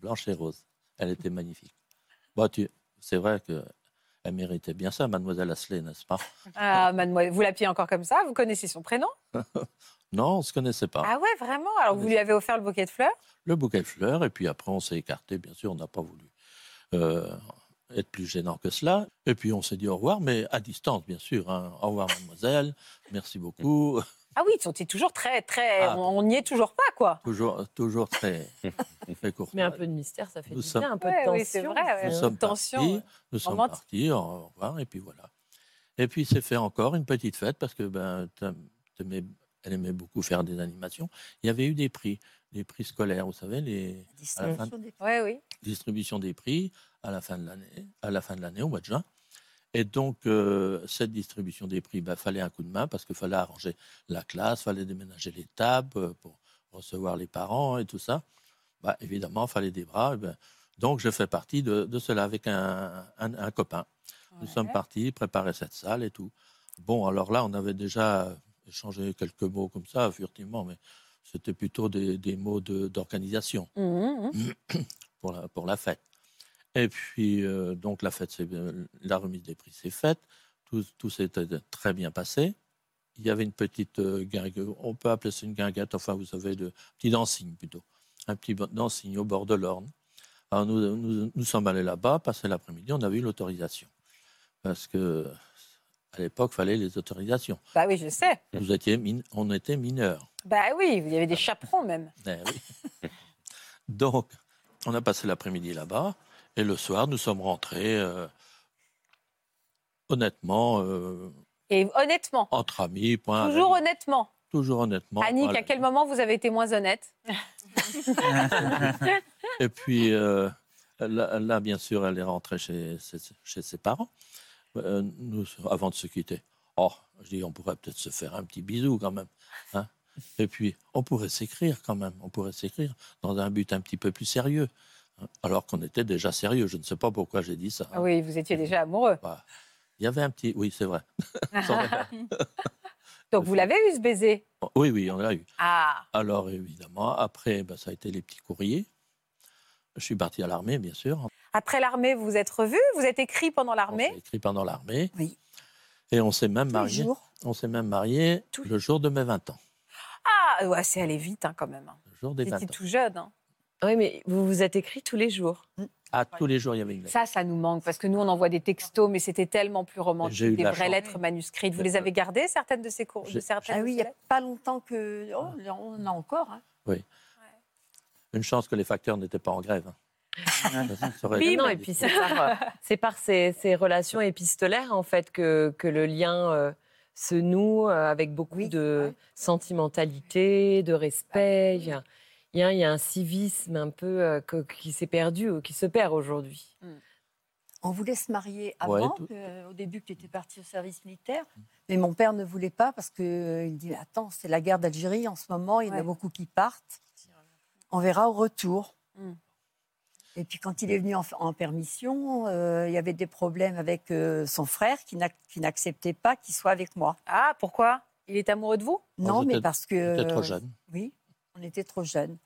Blanche et rose. Elle était magnifique. Bon, tu... C'est vrai que elle méritait bien ça, mademoiselle Asselet, n'est-ce pas Ah, mademoiselle, vous l'appelez encore comme ça Vous connaissez son prénom Non, on ne se connaissait pas. Ah ouais, vraiment Alors vous lui avez offert le bouquet de fleurs le bouquet de fleurs, et puis après on s'est écarté, bien sûr, on n'a pas voulu euh, être plus gênant que cela. Et puis on s'est dit au revoir, mais à distance, bien sûr. hein. Au revoir, mademoiselle, merci beaucoup. Ah oui, ils sont ils sont toujours très, très. Ah. On on n'y est toujours pas, quoi. toujours, toujours très, très court. Mais un peu de mystère, ça fait Nous du sommes- bien, un peu de Ouais, tension. hein. oui, c'est vrai, ouais. Nous Euh, sommes tension, partis, ouais. nous sommes Romantique. partis, au revoir, et puis voilà. Et puis c'est fait encore une petite fête parce que ben, t'aim- t'aimais- elle aimait beaucoup faire des animations. Il y avait eu des prix, des prix scolaires, vous savez, les à la fin de- Ouais, oui. distribution des prix à la fin de l'année, à la fin de l'année, au mois de juin. Et donc, euh, cette distribution des prix, bah, fallait un coup de main parce qu'il fallait arranger la classe, fallait déménager les tables euh, pour recevoir les parents et tout ça. Bah, évidemment, fallait des bras. eh ben, donc, je fais partie de, de cela avec un, un- un copain. Nous sommes partis préparer cette salle et tout. Bon, alors là, on avait déjà échangé quelques mots comme ça, furtivement, mais c'était plutôt des, des mots de- d'organisation 嗯 Hein Mhm, 嗯 mhm. pour la, pour la fête. Et puis, euh, donc, la, fête, s'est- euh, la remise des prix s'est faite. Tout, tout s'est très bien passé. Il y avait une petite euh, guinguette, on peut appeler ça une guinguette, enfin, vous savez, de, petit dancing plutôt. Un petit bo- dancing au bord de l'Orne. Alors, nous, nous, nous sommes allés là-bas, passer l'après-midi, on avait eu l'autorisation. Parce que à l'époque, fallait les autorisations. Bah oui, je sais. Nous étions min- on était mineurs. Bah oui, il y avait des chaperons même. Eh oui. *laughs* Donc, on a passé l'après-midi là-bas, et le soir, nous sommes rentrés, euh, honnêtement, euh, Et honnêtement, entre amis, point. à la toujours ligne. honnêtement. toujours honnêtement. Annick, point à à la quel ligne. moment vous avez été *laughs* moins honnête Et puis, euh, là, là, bien sûr, elle est rentrée chez, chez, chez ses parents, Euh, nous, avant de se quitter. Oh, je dis, on pourrait peut-être se faire un petit bisou quand même. hein. Et puis, on pourrait s'écrire quand même, on pourrait s'écrire dans un but un petit peu plus sérieux. hein, Alors qu'on était déjà sérieux, je ne sais pas pourquoi j'ai dit ça. Ah Oui, vous étiez déjà amoureux. Bah, il y avait un petit. Oui, c'est vrai. *laughs* Sans- *laughs* Donc vous l'avez eu ce baiser oui, oui, on l'a eu. Ah, Alors, évidemment, après, ben, ça a été les petits courriers. Je suis parti à l'armée, bien sûr. après l'armée, vous vous êtes revus Vous êtes écrit pendant On s'est l'armée écrit pendant l'armée. Oui. Et on s'est même marié. On s'est même marié Tous le jour de mes 20 ans. Ah, ouais, c'est allé vite hein, quand même. hein. Le jour des Vous 20 étiez ans. tout jeune. hein. Oui, mais vous vous êtes écrit tous les jours. Ah, tous les jours, il y avait une lettre. Ça, ça nous manque parce que nous, on envoie des textos, mais c'était tellement plus J'ai eu romantique, de des la vraies chance. lettres manuscrites. Vous les avez gardées, certaines de ces cours de J'ai- certaines Ah de oui, il ces n'y a lettres pas longtemps que. Ah. Oh, là, on a encore. hein. Une chance que les facteurs n'étaient pas en grève. hein. Ça, ça aurait été Oui, non, très et puis difficile. c'est par, euh, c'est par ces, ces relations épistolaires, en fait, que, que le lien euh, se noue euh, avec beaucoup de sentimentalité, de respect. Il y, a, il y a- il y a un civisme un peu euh, que- qui s'est perdu ou qui se perd aujourd'hui. On voulait se marier avant, Ouais, tout- que- euh, au début que tu étais parti au service militaire. Mais mon père ne voulait pas parce qu'il dit Attends, c'est la guerre d'Algérie en ce moment, il y en a Ouais. beaucoup qui partent. On verra au retour. Mm. Et puis quand il est venu en, en permission, euh, il y avait des problèmes avec euh, son frère qui n'ac- qui n'acceptait pas qu'il soit avec moi. Ah, pourquoi Il est amoureux de vous Non, Oh, vous mais étiez- parce que. J'étais euh, trop jeune. Oui, on était *laughs* trop jeunes.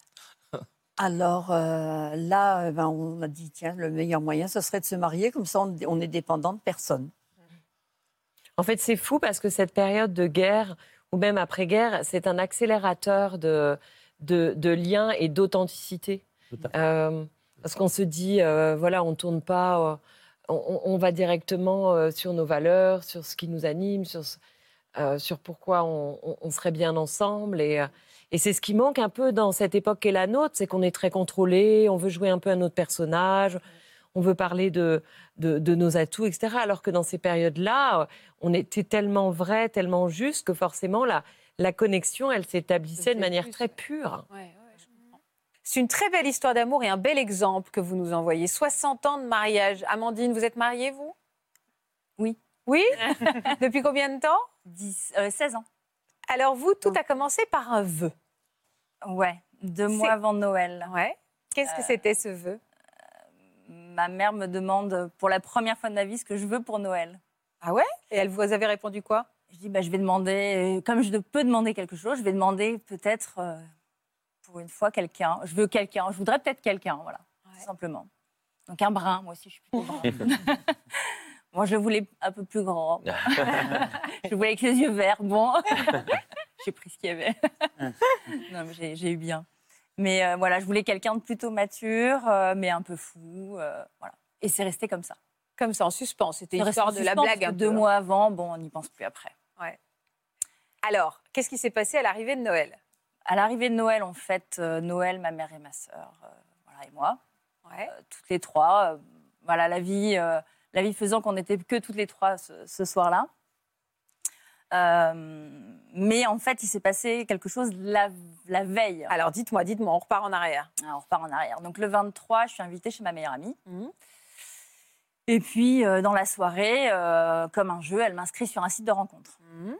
Alors euh, là, euh, ben, on a dit, tiens, le meilleur moyen, ce serait de se marier, comme ça on, on est dépendant de personne. En fait, c'est fou parce que cette période de guerre, ou même après-guerre, c'est un accélérateur de, de, de liens et d'authenticité. Tout à Euh, parce qu'on se dit, euh, voilà, on tourne pas, euh, on, on- on va directement euh, sur nos valeurs, sur ce qui nous anime, sur, ce- euh, sur pourquoi on, on- on serait bien ensemble. Et, euh, et c'est ce qui manque un peu dans cette époque qu'est la nôtre, c'est qu'on est très contrôlé, on veut jouer un peu un autre personnage, on veut parler de, de, de nos atouts, etc. Alors que dans ces périodes-là, on était tellement vrai, tellement juste que forcément la, la connexion, elle s'établissait de manière très pure. Ouais, ouais, je comprends. C'est une très belle histoire d'amour et un bel exemple que vous nous envoyez. 60 ans de mariage. Amandine, vous êtes mariée, vous Oui. *laughs* Oui Depuis combien de temps 10, euh, 16 ans. Alors vous, tout a commencé par un vœu. Ouais, deux C'est- mois avant Noël. Ouais. Qu'est-ce que Euh, c'était ce vœu Ma mère me demande pour la première fois de ma vie ce que je veux pour Noël. Ah Et elle vous avait répondu quoi Je dis, bah, je vais demander, euh, comme je peux demander quelque chose, je vais demander peut-être euh, pour une fois quelqu'un. Je veux quelqu'un, je voudrais peut-être quelqu'un, voilà, Ouais. tout simplement. Donc un brun, moi aussi je suis *laughs* plutôt brun. moi je le voulais un peu plus grand. *laughs* je le voulais avec les yeux verts, bon. j'ai pris ce qu'il y avait. non, mais j'ai- j'ai eu bien. Mais euh, voilà, je voulais quelqu'un de plutôt mature, euh, mais un peu fou, euh, voilà. Et c'est resté comme ça. Comme ça, en suspens. C'était C'est resté l'histoire en de la suspens, parce blague. que un Deux peu. hein. mois avant, bon, on n'y pense plus après. Alors, qu'est-ce qui s'est passé à l'arrivée de Noël À l'arrivée de Noël, on fête euh, Noël, ma mère et ma sœur, euh, voilà, et moi, *laughs* Ouais. euh, toutes les trois. euh, voilà, la vie, euh, la vie faisant qu'on n'était que toutes les trois ce, ce soir-là. Euh, mais en fait, il s'est passé quelque chose la, la veille. Alors, dites-moi, dites-moi, on repart en arrière. Alors, on repart en arrière. Donc le 23, je suis invitée chez ma meilleure amie. Mhm. Et puis, euh, dans la soirée, euh, comme un jeu, elle m'inscrit sur un site de rencontre. Mhm.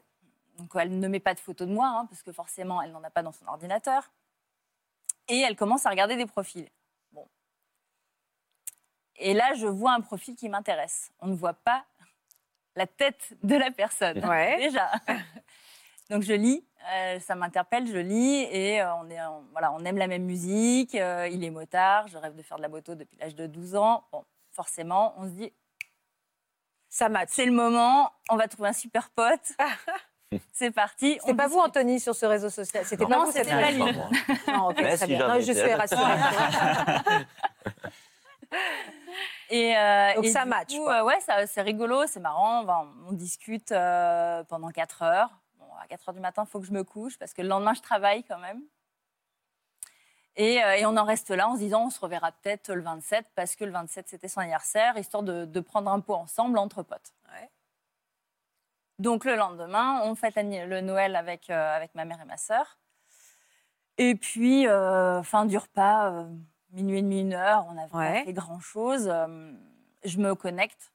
Donc elle ne met pas de photos de moi, hein, parce que forcément, elle n'en a pas dans son ordinateur. Et elle commence à regarder des profils. Bon. Et là, je vois un profil qui m'intéresse. On ne voit pas la tête de la *laughs* personne. Ouais. Déjà. *laughs* Donc je lis, euh, ça m'interpelle, je lis, et euh, on, est, en- voilà, on aime la même musique, euh, il est motard, je rêve de faire de la moto depuis l'âge de 12 ans. Bon, forcément, on se dit, Ça m'a. c'est le moment, on va trouver un super *laughs* pote. C'est parti. C'était on pas vous, discute. Anthony, sur ce réseau social. C'était Non, pas vous, c'était cette pas fois-ci. lui. Non, ok, Mais très si bien. j'avais Non, je été. suis *laughs* rassurée. Et, euh, Donc et ça du match, coup, quoi. euh, ouais, ça- c'est rigolo, c'est marrant. On, va- on discute euh, pendant 4 heures. Bon, à 4 heures du matin, il faut que je me couche parce que le lendemain, je travaille quand même. Et, euh, et on en reste là en se disant on se reverra peut-être le 27 parce que le 27 c'était son anniversaire, histoire de, de prendre un pot ensemble entre potes. Ouais. Donc le lendemain, on fête l'anni- le Noël avec, euh, avec ma mère et ma sœur. Et puis, euh, fin du repas, euh, minuit et demi, une heure, on n'a pas Ouais. fait grand-chose. euh, je me connecte.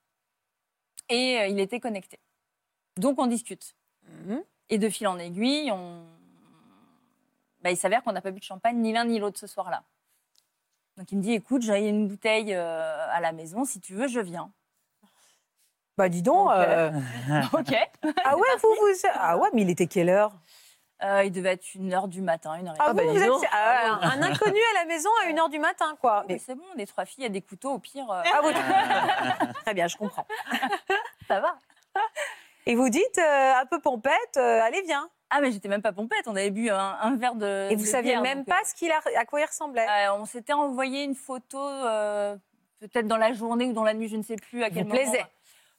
Et euh, il était connecté. Donc on discute. Mhm. Et de fil en aiguille, on... bah, il s'avère qu'on n'a pas bu de champagne ni l'un ni l'autre ce soir-là. Donc il me dit, écoute, j'ai une bouteille euh, à la maison, si tu veux, je viens. Bah, dis donc. Donc, euh, ok. Ah ouais, vous, vous. Ah ouais, mais il était quelle heure Euh, il devait être une heure du matin, une heure et Ah, Ah, bah, vous, dis vous êtes donc. ah, un inconnu à la maison à 1h du matin, quoi. Mais Mais- c'est bon, on est trois filles, il y a des couteaux, au pire, euh, Ah, vous- Très bien, je *laughs* comprends. ça va. Et vous dites, euh, un peu pompette, euh, allez, viens. Ah, mais j'étais même pas pompette, on avait bu un, un verre de. Et vous de saviez bière, même donc, pas ce qu'il a, à quoi il ressemblait. euh, euh, on s'était envoyé une photo, euh, peut-être dans la journée ou dans la nuit, je ne sais plus à Il quel vous moment. plaisait.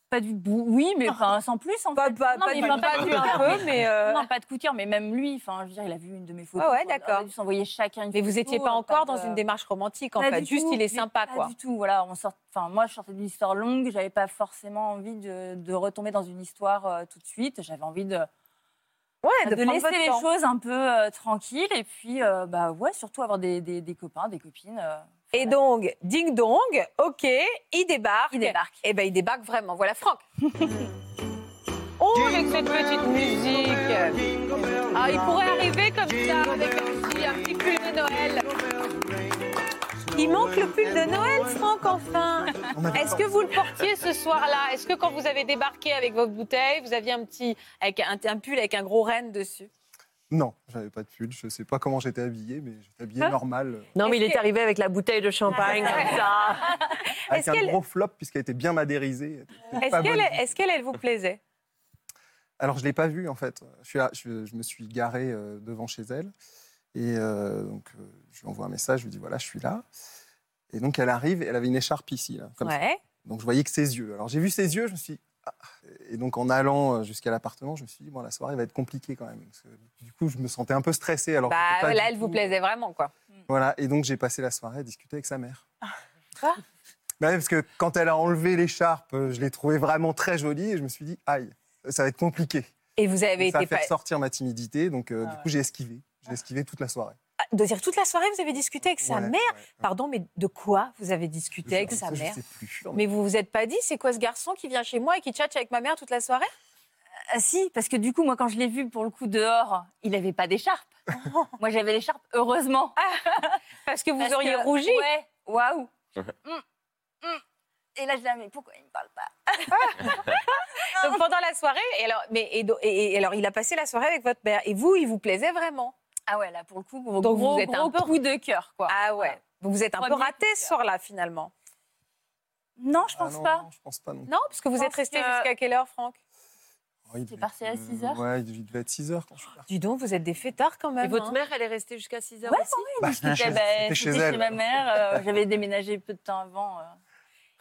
Pas du bout, oui, *laughs* mais enfin, sans plus en Pas, fait. pas, Non, pas mais du enfin, pas de du coup de un cœur. peu, mais. euh, Non, pas de coup de cœur, mais même lui, enfin, je veux dire, il a vu une de mes photos. Ah ouais, on a d'accord. dû s'envoyer chacun une Mais vous photo, n'étiez pas euh, encore pas dans de- une démarche romantique, en Pas fait. du Juste, tout, il est mais sympa, pas quoi. du tout, voilà. On sort, enfin, moi, je sortais d'une histoire longue, j'avais pas forcément envie de, de retomber dans une histoire euh, tout de suite. J'avais envie de, Ouais, de, prendre laisser votre les temps. choses un peu euh, tranquilles et puis, euh, bah ouais, surtout avoir des, des- des copains, des copines. euh, Et donc, ding dong, ok, il débarque. qui débarquent. Eh ben, il débarque vraiment. Voilà Franck. Oh, avec cette petite musique. Ah, il pourrait arriver comme ça, avec un petit, un petit pull de Noël. Il manque le pull de Noël, Franck, enfin. On a- Est-ce que vous le portiez ce soir-là Est-ce que quand vous avez débarqué avec votre bouteille, vous aviez un petit avec un, un pull avec un gros renne dessus Non, j'avais pas de pull. Je sais pas comment j'étais habillé, mais j'étais habillé Ah. normal. Non, mais il Est-ce est que- arrivé avec la bouteille de champagne comme ça. *laughs* Avec Est-ce un qu'elle- gros flop, puisqu'elle était bien madérisée. Elle était Est-ce pas qu'elle, bonne. est-ce qu'elle, elle vous plaisait Alors, je l'ai pas vue, en fait. Je, suis à- je, je me suis garé euh, devant chez elle. Et euh, donc, euh, je lui envoie un message. Je lui dis voilà, je suis là. Et donc, elle arrive. et Elle avait une écharpe ici, là, comme ça. Ouais. Donc je voyais que ses yeux. Alors j'ai vu ses yeux, je me suis dit, ah. et donc en allant euh, jusqu'à l'appartement, je me suis dit bon la soirée va être compliquée quand même. Parce que, du coup je me sentais un peu stressé. Alors que j'étais Bah, pas là, du elle vous tout- plaisait vraiment, quoi. Voilà et donc j'ai passé la soirée à discuter avec sa mère. Quoi Bah ouais, parce que quand elle a enlevé l'écharpe, euh, je l'ai trouvée vraiment très jolie et je me suis dit, aïe, ça va être compliqué. Et vous avez Donc, ça va été faire pas- sortir ma timidité, donc euh, Ah du ouais. coup j'ai esquivé. J'ai esquivé toute la soirée. Ah, de dire toute la soirée, vous avez discuté avec sa Ouais, mère. ouais. Pardon, mais de quoi vous avez discuté avec Ça, sa je mère sais plus. Mais vous vous êtes pas dit, c'est quoi ce garçon qui vient chez moi et qui tchatche avec ma mère toute la soirée Ah si, parce que du coup, moi, quand je l'ai vu pour le coup dehors, il n'avait pas *laughs* d'écharpe. moi, j'avais l'écharpe, heureusement. *laughs* Parce que vous Ah. Parce auriez que- rougi. Ouais, waouh. Hum, hum. Et là, je la mets. Pourquoi il me parle pas Donc pendant la soirée, et alors, mais, et, do- et- et alors il a passé la soirée avec votre mère. Et vous, il vous plaisait vraiment Ah ouais, là, pour le coup, gros, Donc, vous gros, êtes gros un peu- coup de cœur, quoi. Ah ouais. Vous vous êtes un peu Premier raté coup de ce cœur. soir-là, finalement. Non, je Ah pense non, pas. non, Je pense pas non plus. Non Parce que vous Je êtes pense resté que- jusqu'à quelle heure, Franck Oh, il T'es devait parti à être, euh, 6 heures Ouais, il devait être 6 heures quand je suis parti. Dis donc, vous êtes des fêtards quand Et même. votre hein. mère, elle est restée jusqu'à 6 heures Ouais, aussi Bah, J'étais chez- bah, c'était chez j'étais elle. chez *laughs* ma mère, euh, j'avais déménagé peu de temps avant. euh.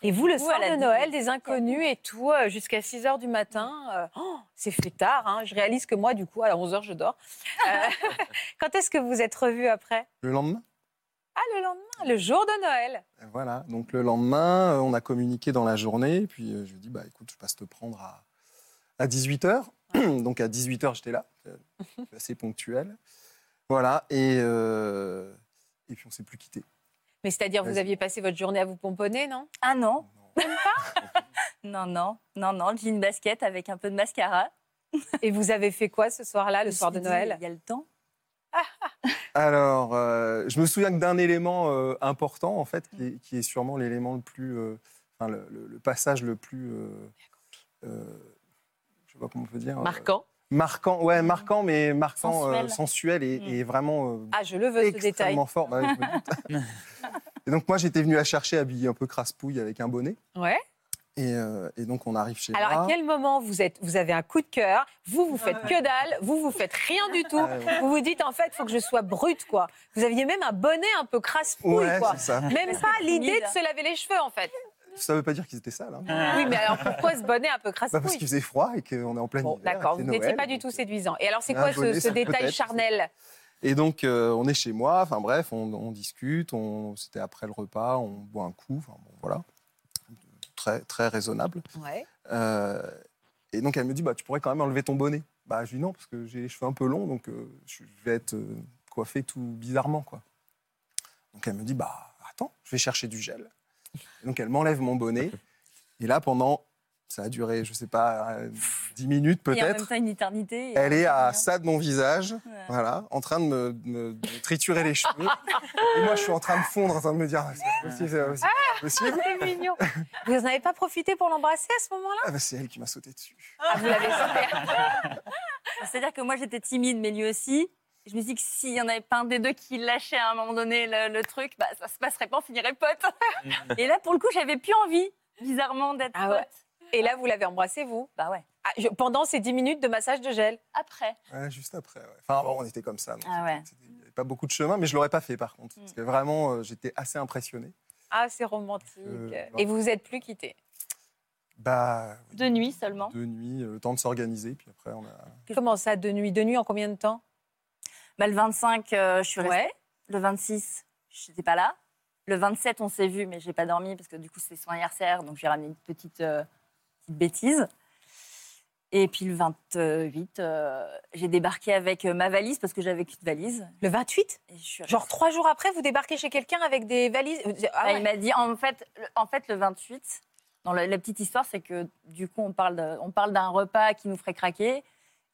Et vous, le Ou soir à la de dîner. Noël, des inconnus et tout, euh, jusqu'à 6 h du matin, euh, oh, c'est fait tard. hein. Je réalise que moi, du coup, à 11 h, je dors. Euh, *laughs* quand est-ce que vous êtes revus après Le lendemain Ah, le lendemain, le jour de Noël. Et Voilà, donc le lendemain, euh, on a communiqué dans la journée, puis euh, je lui ai dit, bah, écoute, je passe te prendre à, à 18h. *clears throat* donc à 18h, j'étais là, euh, assez ponctuel. Voilà, et, euh, et puis on s'est plus quitté. Mais c'est-à-dire, vous Vas-y. aviez passé votre journée à vous pomponner, non Ah non, *laughs* non, non, non, non, le jean basket avec un peu de mascara. Et vous avez fait quoi ce soir-là, le Je soir me de suis dit, Noël Il y a le temps. Alors, euh, je me souviens que d'un élément euh, important, en fait, qui est, qui est sûrement l'élément le plus. euh, enfin, le, le- le passage le plus. euh, euh, je sais pas comment on peut dire. euh, Marquant. marquant, ouais, marquant, mais marquant, euh, sensuel, Sensuel. et, Mm. et vraiment euh, Ah, je le veux, ce détail. extrêmement fort. Bah oui, je me doute. et donc, moi, j'étais venu la chercher habillée un peu crasse-pouille avec un bonnet. Ouais. Et, euh, et donc, on arrive chez Alors, moi. à quel moment vous, êtes, vous avez un coup de cœur, vous, vous faites que dalle, vous, vous faites rien du tout, Ah, ouais. vous vous dites, en fait, il faut que je sois brute, quoi. Vous aviez même un bonnet un peu crasse-pouille, Ouais, quoi. c'est ça. Même pas l'idée de timide. se laver les cheveux, en fait. Ça veut pas dire qu'ils étaient sales. hein. Oui, mais alors pourquoi ce bonnet un *laughs* peu Bah, parce qu'il crasse-pouille faisait froid et qu'on est en plein Bon, hiver, d'accord, c'est vous n'étiez Noël, pas du donc, tout euh, séduisant. Et alors, c'est un quoi ce, bonnet, ce ça peut détail être. charnel Et donc, euh, on est chez moi, enfin bref, on, on discute, on, c'était après le repas, on boit un coup, enfin bon, voilà. Très, très raisonnable. Ouais. Euh, et donc, elle me dit, bah, tu pourrais quand même enlever ton bonnet. Bah, je lui dis non, parce que j'ai les cheveux un peu longs, donc euh, je vais être euh, coiffé tout bizarrement, quoi. Donc, elle me dit, bah, attends, je vais chercher du gel. Et donc, elle m'enlève mon bonnet. Et là, pendant, ça a duré, je sais pas, euh, 10 minutes Et en même peut-être, temps, une éternité. et- elle est à ça de mon visage. Ouais. Voilà, en train de me, de me- de me triturer les cheveux. Et moi, je suis en train de fondre, en train de me dire, Ah, c'est pas possible, c'est pas possible, c'est pas possible. Ah, C'est mignon. Vous n'avez pas profité pour l'embrasser à ce moment-là Ah, bah, c'est elle qui m'a sauté dessus. Ah, vous l'avez super. C'est-à-dire que moi, j'étais timide, mais lui aussi. Je me suis dit que s'il y en avait pas un des deux qui lâchait à un moment donné le, le truc, bah, ça se passerait pas, on finirait pote. et là, pour le coup, j'avais plus envie, bizarrement, d'être Ah pote. ouais. Et là, vous l'avez embrassé, vous Bah ouais. Ah, je- Pendant ces 10 minutes de massage de gel Après. Ouais, juste après. ouais. Enfin, bon, on était comme ça. donc Ah ouais. c'était- Il n'y avait pas beaucoup de chemin, mais je l'aurais pas fait par contre. Mm. Parce que vraiment, euh, j'étais assez impressionné. Ah, c'est romantique. Euh, Et vous vous êtes plus quitté. Bah, oui, De nuit seulement. deux nuits, euh, le temps de s'organiser, puis après, on a. Comment ça, de nuit De nuit, en combien de temps Bah, le 25, euh, je suis restée. Le 26, je n'étais pas là. Le 27, on s'est vu, mais j'ai pas dormi parce que du coup, c'est son anniversaire, donc j'ai ramené une petite, euh, petite bêtise. Et puis le 28, euh, j'ai débarqué avec euh, ma valise parce que j'avais qu'une valise. Le 28 Et je suis Genre restée. trois jours après, vous débarquez chez quelqu'un avec des valises Vous dites, ah Bah, ouais. Il m'a dit, en fait, le, en fait, le 28, dans la, la petite histoire, c'est que du coup, on parle, de- on parle d'un repas qui nous ferait craquer.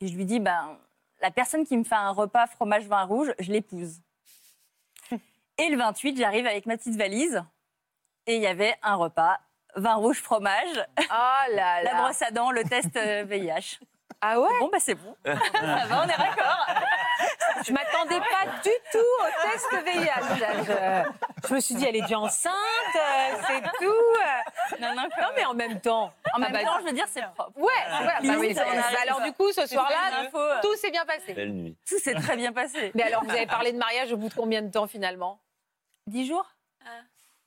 Et je lui dis, ben, la personne qui me fait un repas fromage vin rouge, je *laughs* l'épouse. et le 28, j'arrive avec ma petite valise. Et il y avait un repas, vin rouge, fromage, Ah là *laughs* la là brosse à dents, le *laughs* test euh, VIH. Ah ouais Bon, bah c'est bon. Ça va, on est d'accord. Je m'attendais pas du tout au test VIH. *laughs* là. Je, je me suis dit, elle est déjà enceinte, euh, c'est tout. euh. Non, non, Non, mais en même temps. En même bah, temps, je veux dire, c'est propre. Ouais, ouais, bah oui, Limite, on bah arrive. alors du coup, ce soir-là, Info, euh, tout s'est bien passé. Belle nuit. tout s'est très bien passé. Mais alors, vous avez parlé de mariage au bout de combien de temps finalement Ah. Dix jours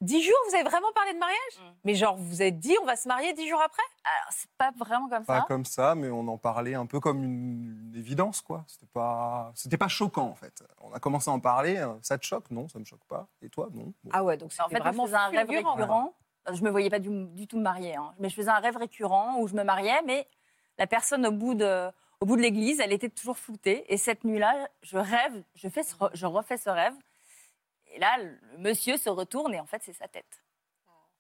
Dix jours Vous avez vraiment parlé de mariage Mm. Mais genre, vous vous êtes dit, on va se marier dix jours après Alors, c'est pas vraiment comme Pas ça. comme ça, mais on en parlait un peu comme une, une évidence, quoi. C'était pas, c'était pas choquant, en hein. fait. On a commencé à en parler. euh, Ça te choque Non, ça me choque pas. Et toi Non. Bon. Ah ouais, donc En fait, vraiment on faisait un rêve fulgurant. récurrent. Je me voyais pas du, du tout me marier, hein. mais je faisais un rêve récurrent où je me mariais, mais la personne au bout de, au bout de l'église, elle était toujours floutée. Et cette nuit-là, je rêve, je, fais ce re- je refais ce rêve. Et là, le monsieur se retourne et en fait, c'est sa tête.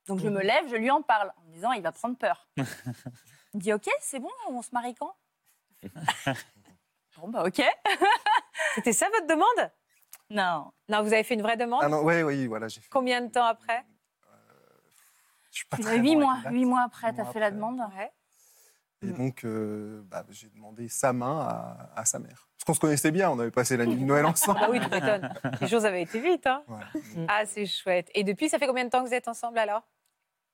Donc Mmh. je me lève, je lui en parle en me disant, il va prendre peur. il *laughs* me dit, ok, c'est bon, on se marie *laughs* quand Bon, bah ok. *laughs* C'était ça votre demande Non. Non, vous avez fait une vraie demande Ah non, ouais, oui, voilà, j'ai fait. Combien de temps après Je suis pas très Huit bon mois, avec les dates. huit mois après, Huit t'as mois fait la après. demande Mm. Et donc, euh, bah, j'ai demandé sa main à, à sa mère. Parce qu'on se connaissait bien, on avait passé la nuit de *laughs* Noël ensemble. *laughs* Ah oui, tu m'étonnes. Les choses avaient été vite. Hein. Voilà, Ah, c'est chouette. Et depuis, ça fait combien de temps que vous êtes ensemble alors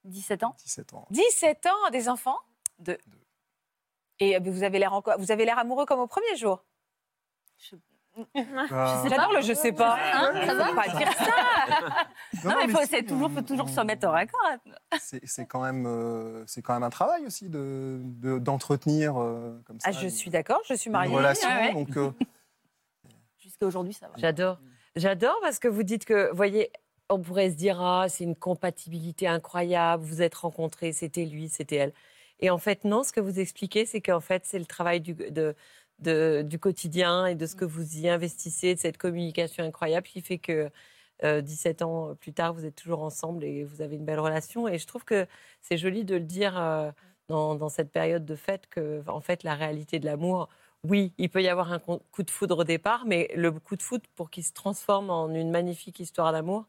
17 ans 17 ans. 17 ans, des enfants Deux. Et euh, vous avez l'air encore, vous avez l'air amoureux comme au premier jour. Ah. Bah, sais J'adore le Ah. je sais pas. Hein, ça va Faut pas dire ça. Non, mais, mais faut, si, c'est toujours, faut toujours se remettre au raccord. c'est c'est quand même euh, c'est quand même un travail aussi de de- d'entretenir euh, comme ça Ah, je une- suis d'accord, je suis une mariée. relation ouais, ouais. donc euh, Jusqu'à aujourd'hui, ça va. J'adore. J'adore parce que vous dites que, voyez, on pourrait se dire, ah, c'est une compatibilité incroyable, vous êtes rencontrés, c'était lui, c'était elle. Et en fait, non, ce que vous expliquez, c'est qu'en fait, c'est le travail du, de, de- du quotidien et de Mm. ce que vous y investissez, de cette communication incroyable qui fait que euh, 17 ans plus tard, vous êtes toujours ensemble et vous avez une belle relation. Et je trouve que c'est joli de le dire euh, dans, dans cette période de fête que, en fait, la réalité de l'amour, oui, il peut y avoir un con- coup de foudre au départ, mais le coup de foudre, pour qu'il se transforme en une magnifique histoire d'amour,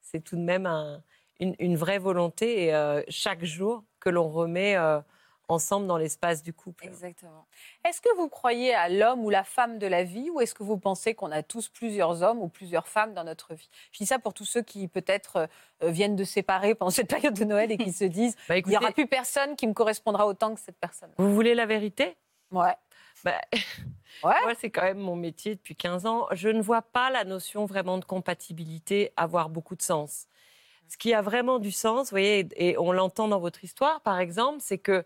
c'est tout de même un- une, une vraie volonté et euh, chaque jour que l'on remet euh, ensemble dans l'espace du couple. Exactement. Est-ce que vous croyez à l'homme ou la femme de la vie ou est-ce que vous pensez qu'on a tous plusieurs hommes ou plusieurs femmes dans notre vie Je dis ça pour tous ceux qui peut-être euh, viennent de séparer pendant cette période de Noël et qui se disent *laughs* Bah, il n'y aura écoutez, plus personne qui me correspondra autant que cette personne. Vous voulez la vérité Ouais. Bah, Ouais. Moi, c'est quand même mon métier depuis 15 ans. Je ne vois pas la notion vraiment de compatibilité avoir beaucoup de sens. Ce qui a vraiment du sens, vous voyez, et on l'entend dans votre histoire, par exemple, c'est que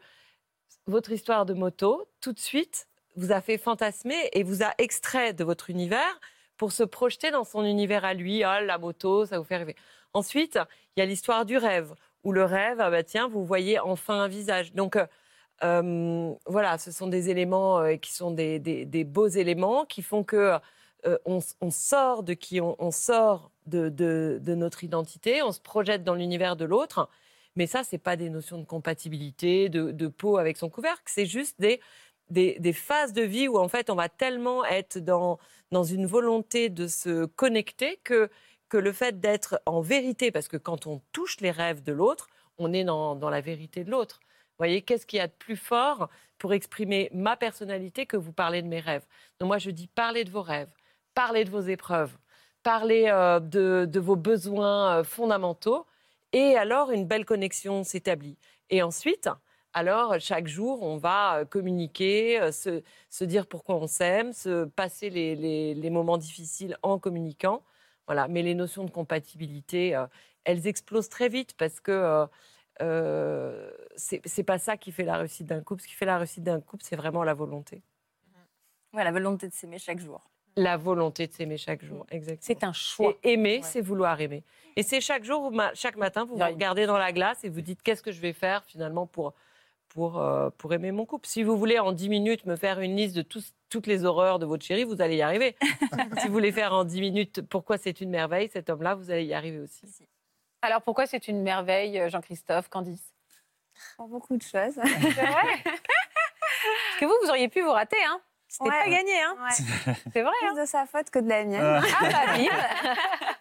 votre histoire de moto, tout de suite, vous a fait fantasmer et vous a extrait de votre univers pour se projeter dans son univers à lui. Ah, la moto, ça vous fait rêver. Ensuite, il y a l'histoire du rêve, où le rêve, ah bah tiens, vous voyez enfin un visage. Donc, euh, euh, voilà, ce sont des éléments euh, qui sont des, des- des beaux éléments qui font que euh, on, s- on sort de qui on, on sort de, de- de notre identité, on se projette dans l'univers de l'autre. Mais ça, c'est pas des notions de compatibilité, de, de peau avec son couvercle, c'est juste des, des, des phases de vie où en fait on va tellement être dans, dans une volonté de se connecter que, que le fait d'être en vérité, parce que quand on touche les rêves de l'autre, on est dans, dans la vérité de l'autre. Vous voyez, qu'est-ce qu'il y a de plus fort pour exprimer ma personnalité que vous parlez de mes rêves Donc moi, je dis parlez de vos rêves, parlez de vos épreuves, parlez euh, de, de vos besoins euh, fondamentaux, et alors une belle connexion s'établit. Et ensuite, alors chaque jour, on va euh, communiquer, euh, se, se dire pourquoi on s'aime, se passer les, les- les moments difficiles en communiquant. Voilà, mais les notions de compatibilité, euh, elles explosent très vite parce que euh, euh, c'est c'est pas ça qui fait la réussite d'un couple. Ce qui fait la réussite d'un couple, c'est vraiment la volonté. Ouais, la volonté de s'aimer chaque jour. La volonté de s'aimer chaque jour, exactement. Mm. C'est un choix. Et aimer, Ouais. c'est vouloir aimer. Et c'est chaque jour, ma- chaque matin, vous vous Il y a une- regardez dans la glace et vous dites qu'est-ce que je vais faire finalement pour, pour, euh, pour aimer mon couple. Si vous voulez en 10 minutes me faire une liste de tous- toutes les horreurs de votre chéri, vous allez *laughs* y arriver. si vous voulez faire en 10 minutes pourquoi c'est une merveille, cet homme-là, vous allez y arriver aussi. Alors pourquoi c'est une merveille, euh, Jean-Christophe, Candice Pour beaucoup de choses. *laughs* Parce que vous, vous auriez pu vous rater, hein C'était Ouais. pas gagné, hein Ouais. C'est vrai, hein Plus de sa faute que de la mienne. Ah. Ah bah bim *laughs*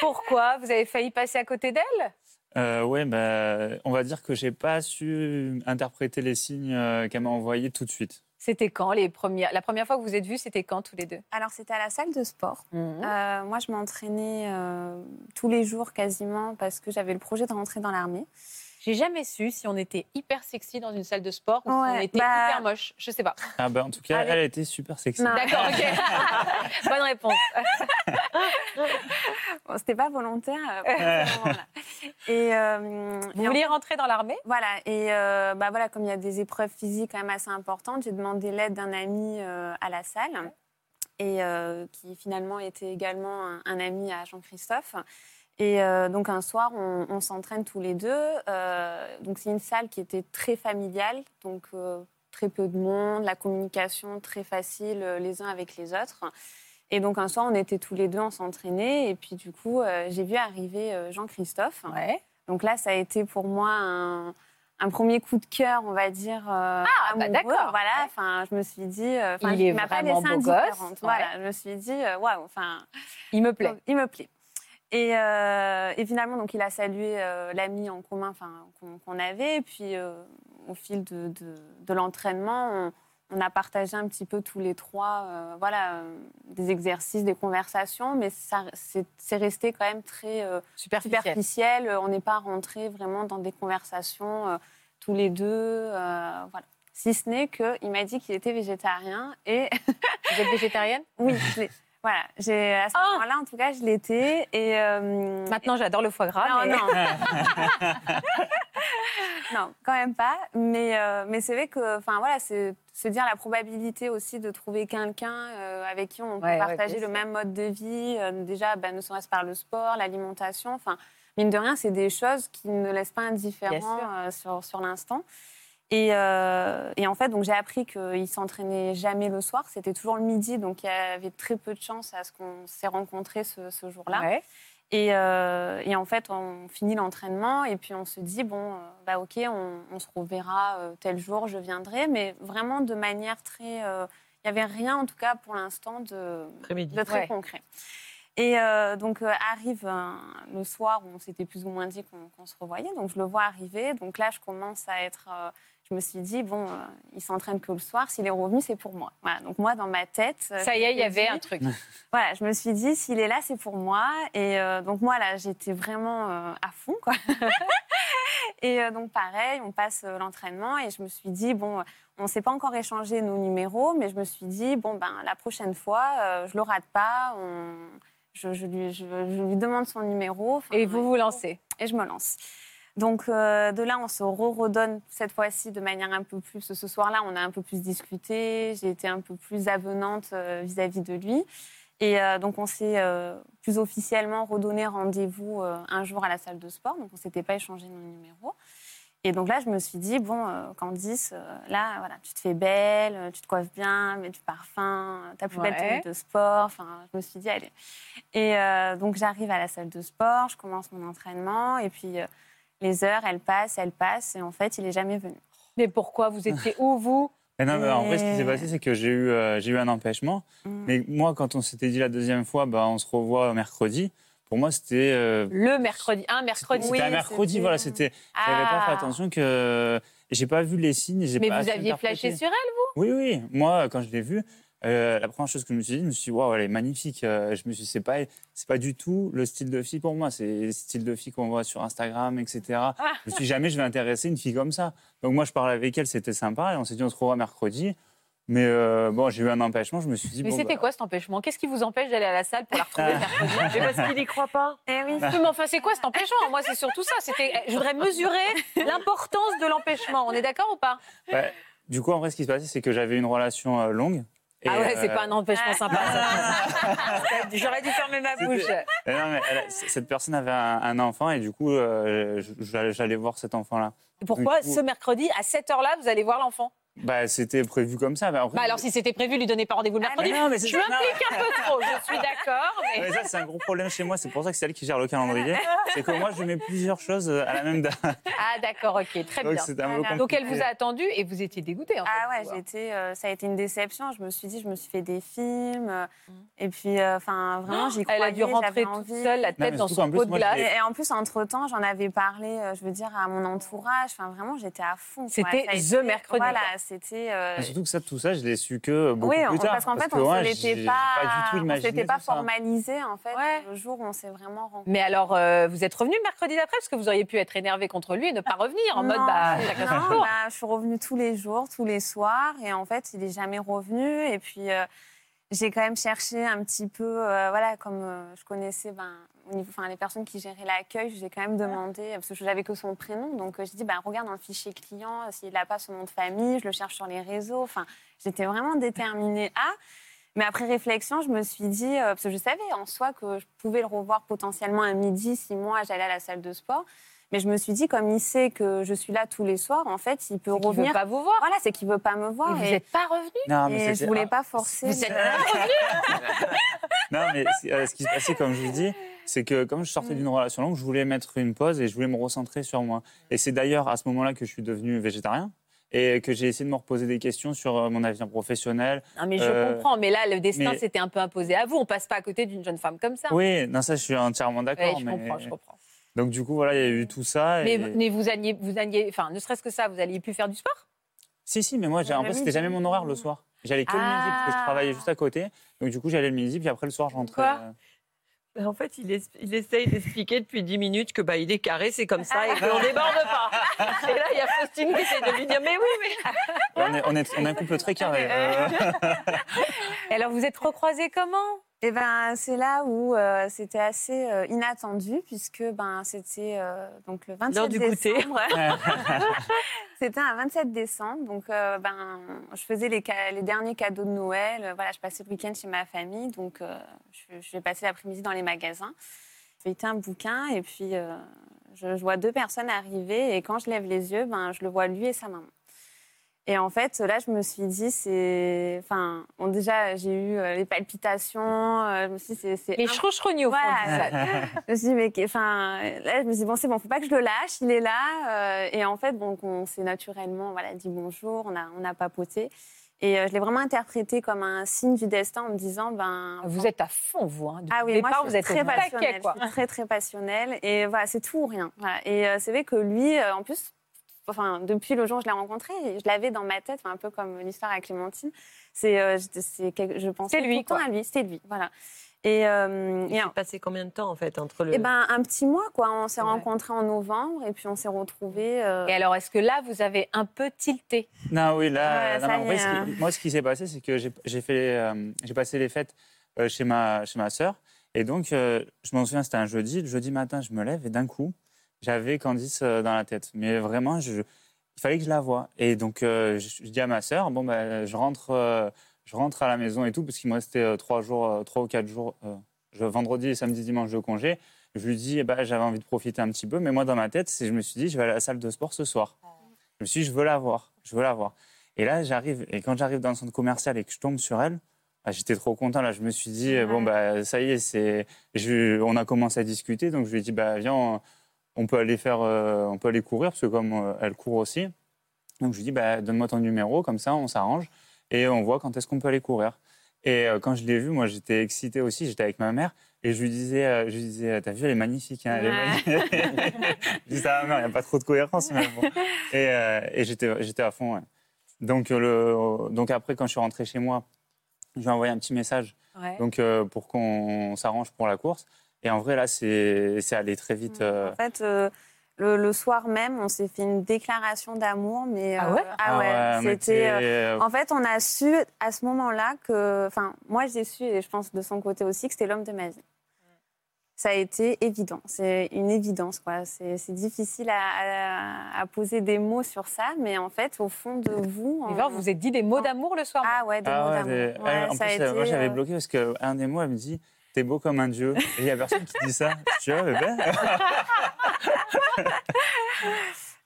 Pourquoi Vous avez failli passer à côté d'elle Euh, ouais, bah, on va dire que j'ai pas su interpréter les signes euh, qu'elle m'a envoyés tout de suite. C'était quand les premières... La première fois que vous vous êtes vus, c'était quand tous les deux Hmm. Alors, c'était à la salle de sport. Euh, moi, je m'entraînais euh, tous les jours quasiment parce que j'avais le projet de rentrer dans l'armée. J'ai jamais su si on était hyper sexy dans une salle de sport ou si on Ouais, était bah- hyper moche. Je sais pas. Ah bah, en tout cas, Allez. elle a été super sexy. Non. D'accord, ok. *laughs* Bonne réponse. *laughs* Bon, c'était pas volontaire. euh, pour ce moment-là. et euh, Vous et en- vouliez rentrer dans l'armée Voilà, et euh, bah voilà, comme il y a des épreuves physiques quand même assez importantes, j'ai demandé l'aide d'un ami euh, à la salle, et euh, qui finalement était également un, un ami à Jean-Christophe. Et euh, donc un soir, on, on s'entraîne tous les deux. Euh, donc c'est une salle qui était très familiale, donc euh, très peu de monde, la communication très facile euh, les uns avec les autres. Et donc un soir, on était tous les deux, on s'entraînait. Et puis du coup, euh, j'ai vu arriver euh, Jean-Christophe. Donc là, ça a été pour moi un, un premier coup de cœur, on va dire, euh, Ah, bah amoureux. d'accord. Voilà, enfin, je me suis dit, euh, enfin, Il il est m'a pas vraiment laissé beau gosse, indifférente. ouais. Voilà, je me suis dit, euh, waouh, enfin, Il me plaît. donc, il me plaît. Et, euh, et finalement, donc, il a salué euh, l'ami en commun enfin, qu'on qu'on avait. Et puis, euh, au fil de, de- de l'entraînement, on, on a partagé un petit peu tous les trois euh, voilà, euh, des exercices, des conversations. Mais ça- c'est c'est resté quand même très euh, Superficiel. superficiel. Euh, On n'est pas rentré vraiment dans des conversations euh, tous les deux. euh, voilà. Si ce n'est qu'il m'a dit qu'il était végétarien et *laughs* Vous êtes végétarienne oui, je l'ai- voilà. J'ai à ce Ah moment-là, en tout cas, je l'étais et euh, Maintenant, j'adore le foie gras. non, mais- non. *laughs* *laughs* *laughs* non, quand même pas. Mais euh, mais c'est vrai que, enfin voilà, c'est se dire la probabilité aussi de trouver quelqu'un euh, avec qui on peut Ouais, ouais, partager bien le sûr. même mode de vie. euh, déjà, ben, ne serait-ce par le sport, l'alimentation, enfin mine de rien, c'est des choses qui ne laissent pas Bien sûr. indifférent euh, sur, sur l'instant. Et, euh, et en fait, donc j'ai appris qu'il s'entraînait jamais le soir, c'était toujours le midi, donc il y avait très peu de chance à ce qu'on s'est rencontrés ce, ce jour-là. Ouais. Et, euh, et en fait, on finit l'entraînement et puis on se dit bon, euh, bah ok, on, on se reverra euh, tel jour, je viendrai, mais vraiment de manière très, euh, il n'y avait rien en tout cas pour l'instant de, Après-midi. de très Ouais. concret. Et euh, donc euh, arrive euh, le soir où on s'était plus ou moins dit qu'on qu'on se revoyait, donc je le vois arriver. Donc là, je commence à être, euh, je me suis dit bon, euh, il s'entraîne que le soir, s'il est revenu, c'est pour moi. Voilà. Donc moi, dans ma tête, euh, Ça y est, il y je me avait dis, un truc. *laughs* voilà, je me suis dit, s'il est là, c'est pour moi. Et euh, donc, moi, là, j'étais vraiment euh, à fond, quoi. et euh, donc, pareil, on passe euh, l'entraînement et je me suis dit, bon, on ne s'est pas encore échangé nos numéros, mais je me suis dit, bon, ben, la prochaine fois, euh, je le rate pas. on- Je, je lui, je- je lui demande son numéro. Enfin, Et vous vous lancez. et je me lance. Donc euh, de là, on se redonne cette fois-ci de manière un peu plus. Ce soir-là, on a un peu plus discuté. J'ai été un peu plus avenante euh, vis-à-vis de lui. Et euh, donc on s'est euh, plus officiellement redonné rendez-vous euh, un jour à la salle de sport. Donc on s'était pas échangé nos numéros. Et donc là, je me suis dit bon, euh, Candice, euh, là, voilà, tu te fais belle, euh, tu te coiffes bien, mets du parfum, euh, ta plus belle Ouais. tenue de sport. Enfin, je me suis dit allez. Et euh, donc j'arrive à la salle de sport, je commence mon entraînement et puis euh, les heures, elles passent, elles passent et en fait, il est jamais venu. Mais pourquoi Vous étiez où, vous Mais non, mais en vrai, ce qui Et- s'est passé, c'est que j'ai eu, euh, j'ai eu un empêchement. Mm. Mais moi, quand on s'était dit la deuxième fois, bah, on se revoit mercredi, pour moi, c'était. euh, Le mercredi. Un mercredi. Ah. c'était Oui, un mercredi, c'était- voilà, c'était. J'avais pas fait attention que. J'ai pas vu les signes. j'ai Mais pas vous su aviez interpréter. flashé sur elle Oui, oui. Moi, quand je l'ai vue, euh, la première chose que je me suis dit, je me suis dit, waouh, elle est magnifique. Euh, je me suis dit, c'est pas, c'est pas du tout le style de fille pour moi. C'est le style de fille qu'on voit sur Instagram, etc. Ah. Je me suis dit, jamais je vais intéresser une fille comme ça. Donc moi, je parlais avec elle, c'était sympa. Et on s'est dit, on se revoit mercredi. Mais euh, bon, j'ai eu un empêchement. Je me suis dit, Mais bon, c'était bah, quoi cet empêchement Qu'est-ce qui vous empêche d'aller à la salle pour la *laughs* retrouver le mercredi Mais parce qu'il n'y croit pas. Eh Ah. oui. Oui, Mais enfin, c'est quoi cet empêchement Moi, c'est surtout ça. C'était, eh, je voudrais mesurer l'importance de l'empêchement. On est d'accord ou pas ouais. bah, Du coup, en vrai, ce qui se passait, c'est que j'avais une relation euh, longue. Et, Ah ouais, c'est euh, pas un empêchement sympa. *laughs* J'aurais dû fermer ma bouche. *laughs* Mais non, mais elle a- c- cette personne avait un, un enfant et du coup, euh, je- j'allais j'allais voir cet enfant-là. Pourquoi Du coup- ce mercredi à cette heure-là, vous allez voir l'enfant Bah, c'était prévu comme ça. Bah, après- Bah alors, si c'était prévu, lui donner pas rendez-vous le mercredi. non, mais c'est- Je m'implique un peu trop. Je *laughs* suis Bah, d'accord, mais. Mais ça, c'est un gros problème chez moi. C'est pour ça que c'est elle qui gère le *laughs* calendrier. C'est que moi, je mets plusieurs choses à la même date. Ah d'accord, ok, très Donc, bien. c'est un peu Voilà. Donc compliqué. elle vous a attendu et vous étiez hein, dégoûté. En fait, Ah ouais, vous. j'ai été, euh, ça a été une déception. Je me suis dit, je me suis fait des films. euh, Et puis, euh, enfin, vraiment, Mm. *gasps* j'y Elle croyais. a dû rentrer j'avais toute envie. seule, la mais tête dans surtout son qu'en plus, pot de moi, je glace. l'ai- Et, et en plus, entre-temps, j'en avais parlé, euh, je veux dire, à mon entourage. Enfin, vraiment, j'étais à fond. quoi. C'était Ça a the été- mercredi, Voilà, quoi. c'était. euh, Mais Ah, Surtout que ça, tout ça, je l'ai su que beaucoup oui, on- plus tard. parce qu'en fait, que, on ouais, ne j'ai s'était pas, pas du tout on imaginé s'était pas tout ça. formalisé en fait. Ouais. Le jour où on s'est vraiment rencontrés. Mais alors, euh, vous êtes revenu le mercredi d'après parce que vous auriez pu être énervé contre lui et ne pas revenir en mode Non, bah, je- chacun non, son tour. bah, je suis revenue tous les jours, tous les soirs, et en fait, il est jamais revenu. Et puis, euh, j'ai quand même cherché un petit peu, euh, voilà, comme euh, je connaissais, ben, au niveau- enfin, les personnes qui géraient l'accueil, j'ai quand même demandé parce que je n'avais que son prénom, donc euh, j'ai dit, ben, regarde dans le fichier client, euh, s'il n'a pas son nom de famille, je le cherche sur les réseaux. Enfin, j'étais vraiment déterminée à. Mais après réflexion, je me suis dit, euh, parce que je savais en soi que je pouvais le revoir potentiellement à midi si moi j'allais à la salle de sport. Mais je me suis dit, comme il sait que je suis là tous les soirs, en fait, il peut Il ne revenir. veut pas vous voir. Voilà, c'est qu'il veut pas me voir. Et vous et- n'êtes pas revenu. Non, et je c'était- voulais pas forcer. Vous êtes- Non, mais c'est- euh, ce qui se passait, comme je vous dis, c'est que comme je Mm. sortais d'une relation longue, je voulais mettre une pause et je voulais me recentrer sur moi. Et c'est d'ailleurs à ce moment-là que je suis devenu végétarien et que j'ai essayé de me reposer des questions sur euh, mon avenir professionnel. Non, mais je Euh, comprends. Mais là, le destin mais- s'était un peu imposé à vous. On passe pas à côté d'une jeune femme comme ça. Oui, non, ça, je suis entièrement Ouais, d'accord. je mais- comprends, je comprends. Donc, du coup, voilà, il y a eu tout ça. Mais, et- mais vous alliez, vous alliez, enfin, ne serait-ce que ça, vous alliez plus faire du *laughs* sport Si, si, mais moi, j'ai- bah en Mais fait, oui. c'était jamais mon horaire le soir. J'allais que le midi parce que je Ah. travaillais juste à côté. Donc, du coup, j'allais le midi, puis après le soir, je rentrais. Quoi euh, Mais Ben, En fait, il, es- il essaye d'expliquer depuis 10 minutes que bah, il est carré, c'est comme ça, et *laughs* qu'on déborde pas. Et là, il y a Faustine qui essaie de lui dire Mais oui, mais. On est, on, est, on est un couple très Ah, carré. euh. Et alors, vous êtes recroisés comment Et ben, c'est là où euh, c'était assez euh, inattendu puisque ben c'était euh, donc le 27 L'heure du goûter. décembre. *laughs* c'était un 27 décembre, donc euh, ben je faisais les, ca- les derniers cadeaux de Noël. Euh, Voilà, je passais le week-end chez ma famille, donc euh, je, je vais passer l'après-midi dans les magasins. J'ai été un bouquin et puis euh, je, je vois deux personnes arriver et quand je lève les yeux, ben je le vois lui et sa maman. Et en fait, là, je me suis dit, c'est. Enfin, bon, déjà, j'ai eu euh, les palpitations. euh, je me suis dit, c'est- c'est. Les imp- chouchrougnis au fond Voilà. du sac. *laughs* Je me suis dit, mais. qu'est- Enfin, là, je me suis dit, bon, c'est bon, faut pas que je le lâche, il est là. euh, et en fait, donc, on s'est naturellement voilà, dit bonjour, on a, on a papoté. Et euh, je l'ai vraiment interprété comme un signe du destin en me disant, ben. Vous êtes à fond, vous. Hein. Depuis Ah le oui, moi, départ, je vous suis êtes très au taquet, *laughs* passionnelle. quoi. Je suis très, très passionnelle. Et voilà, c'est tout ou rien. Voilà. Et euh, c'est vrai que lui, euh, en plus, enfin, depuis le jour où je l'ai rencontré, je l'avais dans ma tête, enfin, un peu comme l'histoire à Clémentine. C'est, euh, je, c'est quelque- je pensais C'est lui, tout le temps quoi. à lui. C'était lui, voilà. Et, euh, et Il s'est un, passé combien de temps, en fait, entre le. et ben, un petit mois, quoi. On s'est Ouais. rencontrés en novembre et puis on s'est retrouvés. euh, Et alors, est-ce que là, vous avez un peu tilté Non, oui, Ouais, là, non, ça mais en y est, hein. vrai, ce qui- moi, ce qui s'est passé, c'est que j'ai j'ai fait, euh, j'ai passé les fêtes euh, chez ma, chez ma sœur. Et donc, euh, je m'en souviens, c'était un jeudi. Le jeudi matin, je me lève et d'un coup, j'avais Candice euh, dans la tête. Mais vraiment, je- il fallait que je la voie. Et donc, euh, je, je dis à ma sœur, bon, bah, je rentre, euh, je rentre à la maison et tout, parce qu'il me restait euh, trois jours, euh, trois ou quatre jours, euh, je- vendredi, samedi, dimanche de congé. Je lui dis, eh ben, j'avais envie de profiter un petit peu, mais moi, dans ma tête, c'est- je me suis dit, je vais aller à la salle de sport ce soir. Je me suis dit, je veux la voir, je veux la voir. Et là, j'arrive, et quand j'arrive dans le centre commercial et que je tombe sur elle, ah, j'étais trop content. Là, je me suis dit, bon, bah, ça y est, c'est, je- on a commencé à discuter. Donc, je lui ai dit, bah, viens, on, on peut aller faire, euh, on peut aller courir, parce que comme euh, elle court aussi. Donc, je lui ai dit, bah, donne-moi ton numéro, comme ça, on s'arrange et on voit quand est-ce qu'on peut aller courir. Et euh, quand je l'ai vue, moi, j'étais excité aussi, j'étais avec ma mère. Et je lui disais, euh, je lui disais, t'as vu, elle est magnifique. Hein, elle est magnifique. *laughs* je disais à ma mère, il n'y a pas trop de cohérence. Mais bon. Et, euh, et j'étais, j'étais à fond. ouais. Donc, euh, le, donc après, quand je suis rentré chez moi, je lui ai envoyé un petit message Ouais. donc, euh, pour qu'on s'arrange pour la course. Et en vrai, là, c'est, c'est allé très vite. euh. En fait, euh, le, le soir même, on s'est fait une déclaration d'amour, mais Ah ouais ah ouais, Ah ouais, on c'était. était, euh, euh, En fait, on a su à ce moment-là que, enfin, moi j'ai su et je pense de son côté aussi que c'était l'homme de ma vie. Ça a été évident, c'est une évidence quoi. C'est c'est difficile à, à- à poser des mots sur ça, mais en fait, au fond de vous, Et en- voir, vous vous êtes dit des mots d'amour le soir. ah ouais, des Ah mots ouais, d'amour. des- Ouais, elle- en ça a plus, euh, moi, été, j'avais euh, bloqué parce qu'un des mots, elle me dit T'es beau comme un dieu. Et il n'y a personne qui dit ça. tu vois, mais ben. *laughs*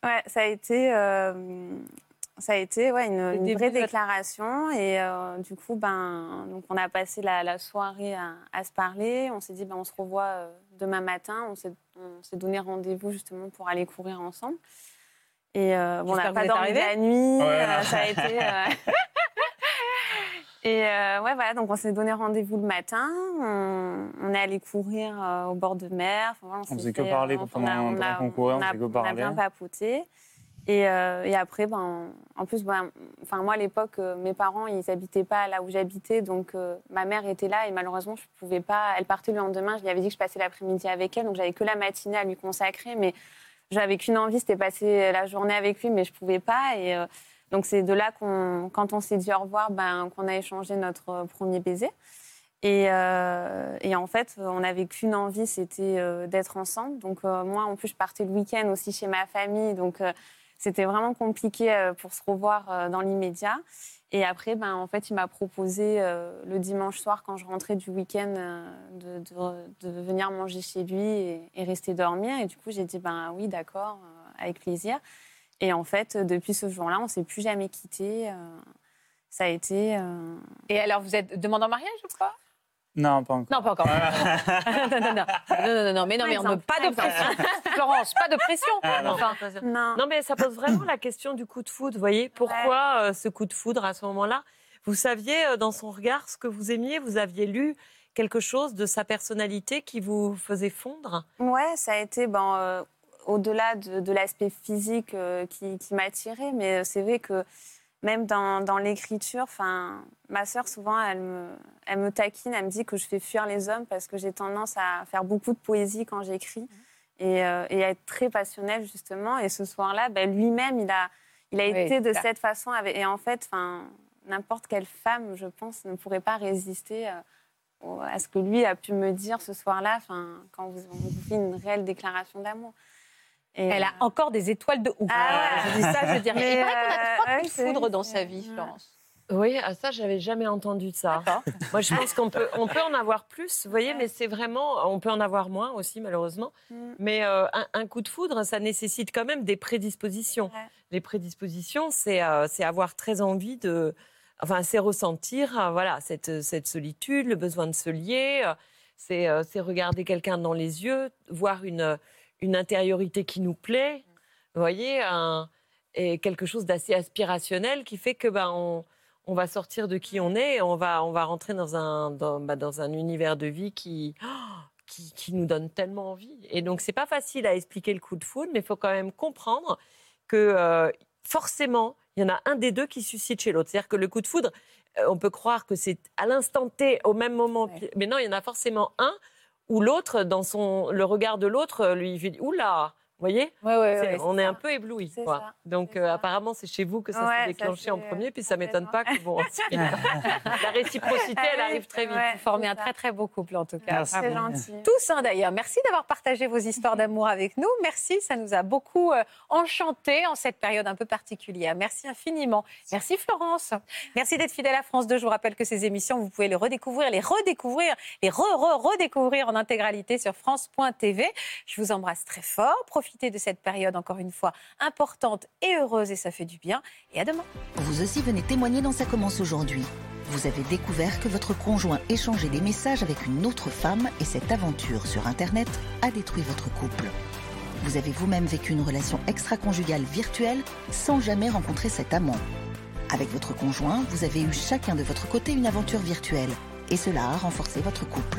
Ouais, ça a été, euh, ça a été ouais, une, une début vraie de votre- déclaration. Et euh, du coup, ben, donc on a passé la, la soirée à, à se parler. On s'est dit, ben, on se revoit euh, demain matin. On s'est, on s'est donné rendez-vous justement pour aller courir ensemble. Et euh, bon, on J'espère n'a que pas vous êtes dormi de la arrivés. nuit. Ouais, euh, non. ça a été. euh, *laughs* Et euh, ouais, voilà, donc on s'est donné rendez-vous le matin, on, on est allé courir euh, au bord de mer. Enfin, voilà, On s'est faisait que fait, parler, euh, quoi, on pendant- a- on pendant a- qu'on courait, on on a- faisait que on a bien parler. papoté. Et, euh, et après, ben, en plus, ben, enfin, moi à l'époque, euh, mes parents, ils habitaient pas là où j'habitais, donc euh, ma mère était là et malheureusement, je pouvais pas. Elle partait le lendemain, je lui avais dit que je passais l'après-midi avec elle, donc j'avais que la matinée à lui consacrer, mais j'avais qu'une envie, c'était passer la journée avec lui, mais je pouvais pas. Et euh, donc c'est de là qu'on, quand on s'est dit au revoir, ben, qu'on a échangé notre euh, premier baiser. Et, euh, et en fait, on n'avait qu'une envie, c'était euh, d'être ensemble. Donc euh, moi, en plus, je partais le week-end aussi chez ma famille, donc euh, C'était vraiment compliqué euh, pour se revoir euh, dans l'immédiat. Et après, ben, en fait, il m'a proposé euh, le dimanche soir, quand je rentrais du week-end, euh, de, de- de venir manger chez lui et, et rester dormir. Et du coup, j'ai dit, ben oui, d'accord, euh, avec plaisir. Et en fait, depuis ce jour-là, on ne s'est plus jamais quittés. euh, ça a été... euh, Et alors, vous êtes demandé en mariage ou pas Non, pas encore. Non, pas encore. *laughs* non, non, non. non, non, non, mais non, Par mais on ne exemple, pas par de pression. *laughs* Florence, pas de pression. non. Enfin, Non. Non, mais ça pose vraiment la question du coup de foudre, vous voyez Pourquoi euh, ce coup de foudre à ce moment-là Vous saviez euh, dans son regard ce que vous aimiez, vous aviez lu quelque chose de sa personnalité qui vous faisait fondre Ouais, ça a été ben, euh, au-delà de, de l'aspect physique euh, qui, qui m'attirait, mais euh, c'est vrai que même dans, dans l'écriture, 'fin, ma sœur, souvent, elle me, elle me taquine, elle me dit que je fais fuir les hommes parce que j'ai tendance à faire beaucoup de poésie quand j'écris Mhm. et, euh, et à être très passionnelle, justement. Et ce soir-là, ben, lui-même, il a, il a Oui, été de ça. cette façon. avec- et en fait, 'fin, n'importe quelle femme, je pense, ne pourrait pas résister. euh, au- à ce que lui a pu me dire ce soir-là, 'fin, quand vous, on vous fait une réelle déclaration d'amour. Et, elle a euh, encore des étoiles de ouf. Ah ouais. Je dis ça, je veux dire. Mais, il paraît qu'on a euh, trois ouais, coups de c'est- foudre dans sa c'est- vie, Florence. Oui, ah, à ça, j'avais jamais entendu de ça. D'accord. Moi, je pense qu'on peut, on peut en avoir plus, vous voyez, mais c'est vraiment, on peut en avoir moins aussi, malheureusement. Mm. Mais euh, un, un coup de foudre, ça nécessite quand même des prédispositions. Ouais. Les prédispositions, c'est euh, c'est avoir très envie de, enfin, c'est ressentir, euh, voilà, cette, cette solitude, le besoin de se lier, euh, c'est euh, c'est regarder quelqu'un dans les yeux, voir une, une intériorité qui nous plaît, vous voyez, un- et quelque chose d'assez aspirationnel qui fait que ben on, on va sortir de qui on est, et on va on va rentrer dans un dans, bah, dans un univers de vie qui oh, qui, qui nous donne tellement envie. Et donc, c'est pas facile à expliquer le coup de foudre, mais il faut quand même comprendre que euh, forcément, il y en a un des deux qui suscite chez l'autre. C'est-à-dire que le coup de foudre, euh, on peut croire que c'est à l'instant T, au même moment. Ouais. Mais non, il y en a forcément un où l'autre, dans son, le regard de l'autre, euh, lui, lui dit Oula Vous voyez Ouais, ouais, C'est- ouais. On c'est est ça. un peu ébloui. C'est quoi. ça, Donc, c'est euh, ça. apparemment, c'est chez vous que ça Ouais, ça s'est déclenché en s'est, euh, premier, puis ça m'étonne pas complètement. que bon, ensuite, *laughs* la réciprocité, elle arrive très vite. Ah Ouais, Formez c'est un ça. très très beau couple en tout cas. Merci. Bravo. C'est gentil. tous, hein, d'ailleurs. Merci d'avoir partagé vos histoires d'amour avec nous. Merci, ça nous a beaucoup euh, enchantés en cette période un peu particulière. Merci infiniment. Merci Florence. Merci d'être fidèle à France 2. Je vous rappelle que ces émissions, vous pouvez les redécouvrir, les redécouvrir, les re, re, redécouvrir en intégralité sur France.tv. Je vous embrasse très fort. Profitez de cette période, encore une fois, importante et heureuse, et ça fait du bien. Et à demain. Vous aussi venez témoigner dans Ça commence aujourd'hui. Vous avez découvert que votre conjoint échangeait des messages avec une autre femme et cette aventure sur Internet a détruit votre couple. Vous avez vous-même vécu une relation extra-conjugale virtuelle sans jamais rencontrer cet amant. Avec votre conjoint, vous avez eu chacun de votre côté une aventure virtuelle et cela a renforcé votre couple.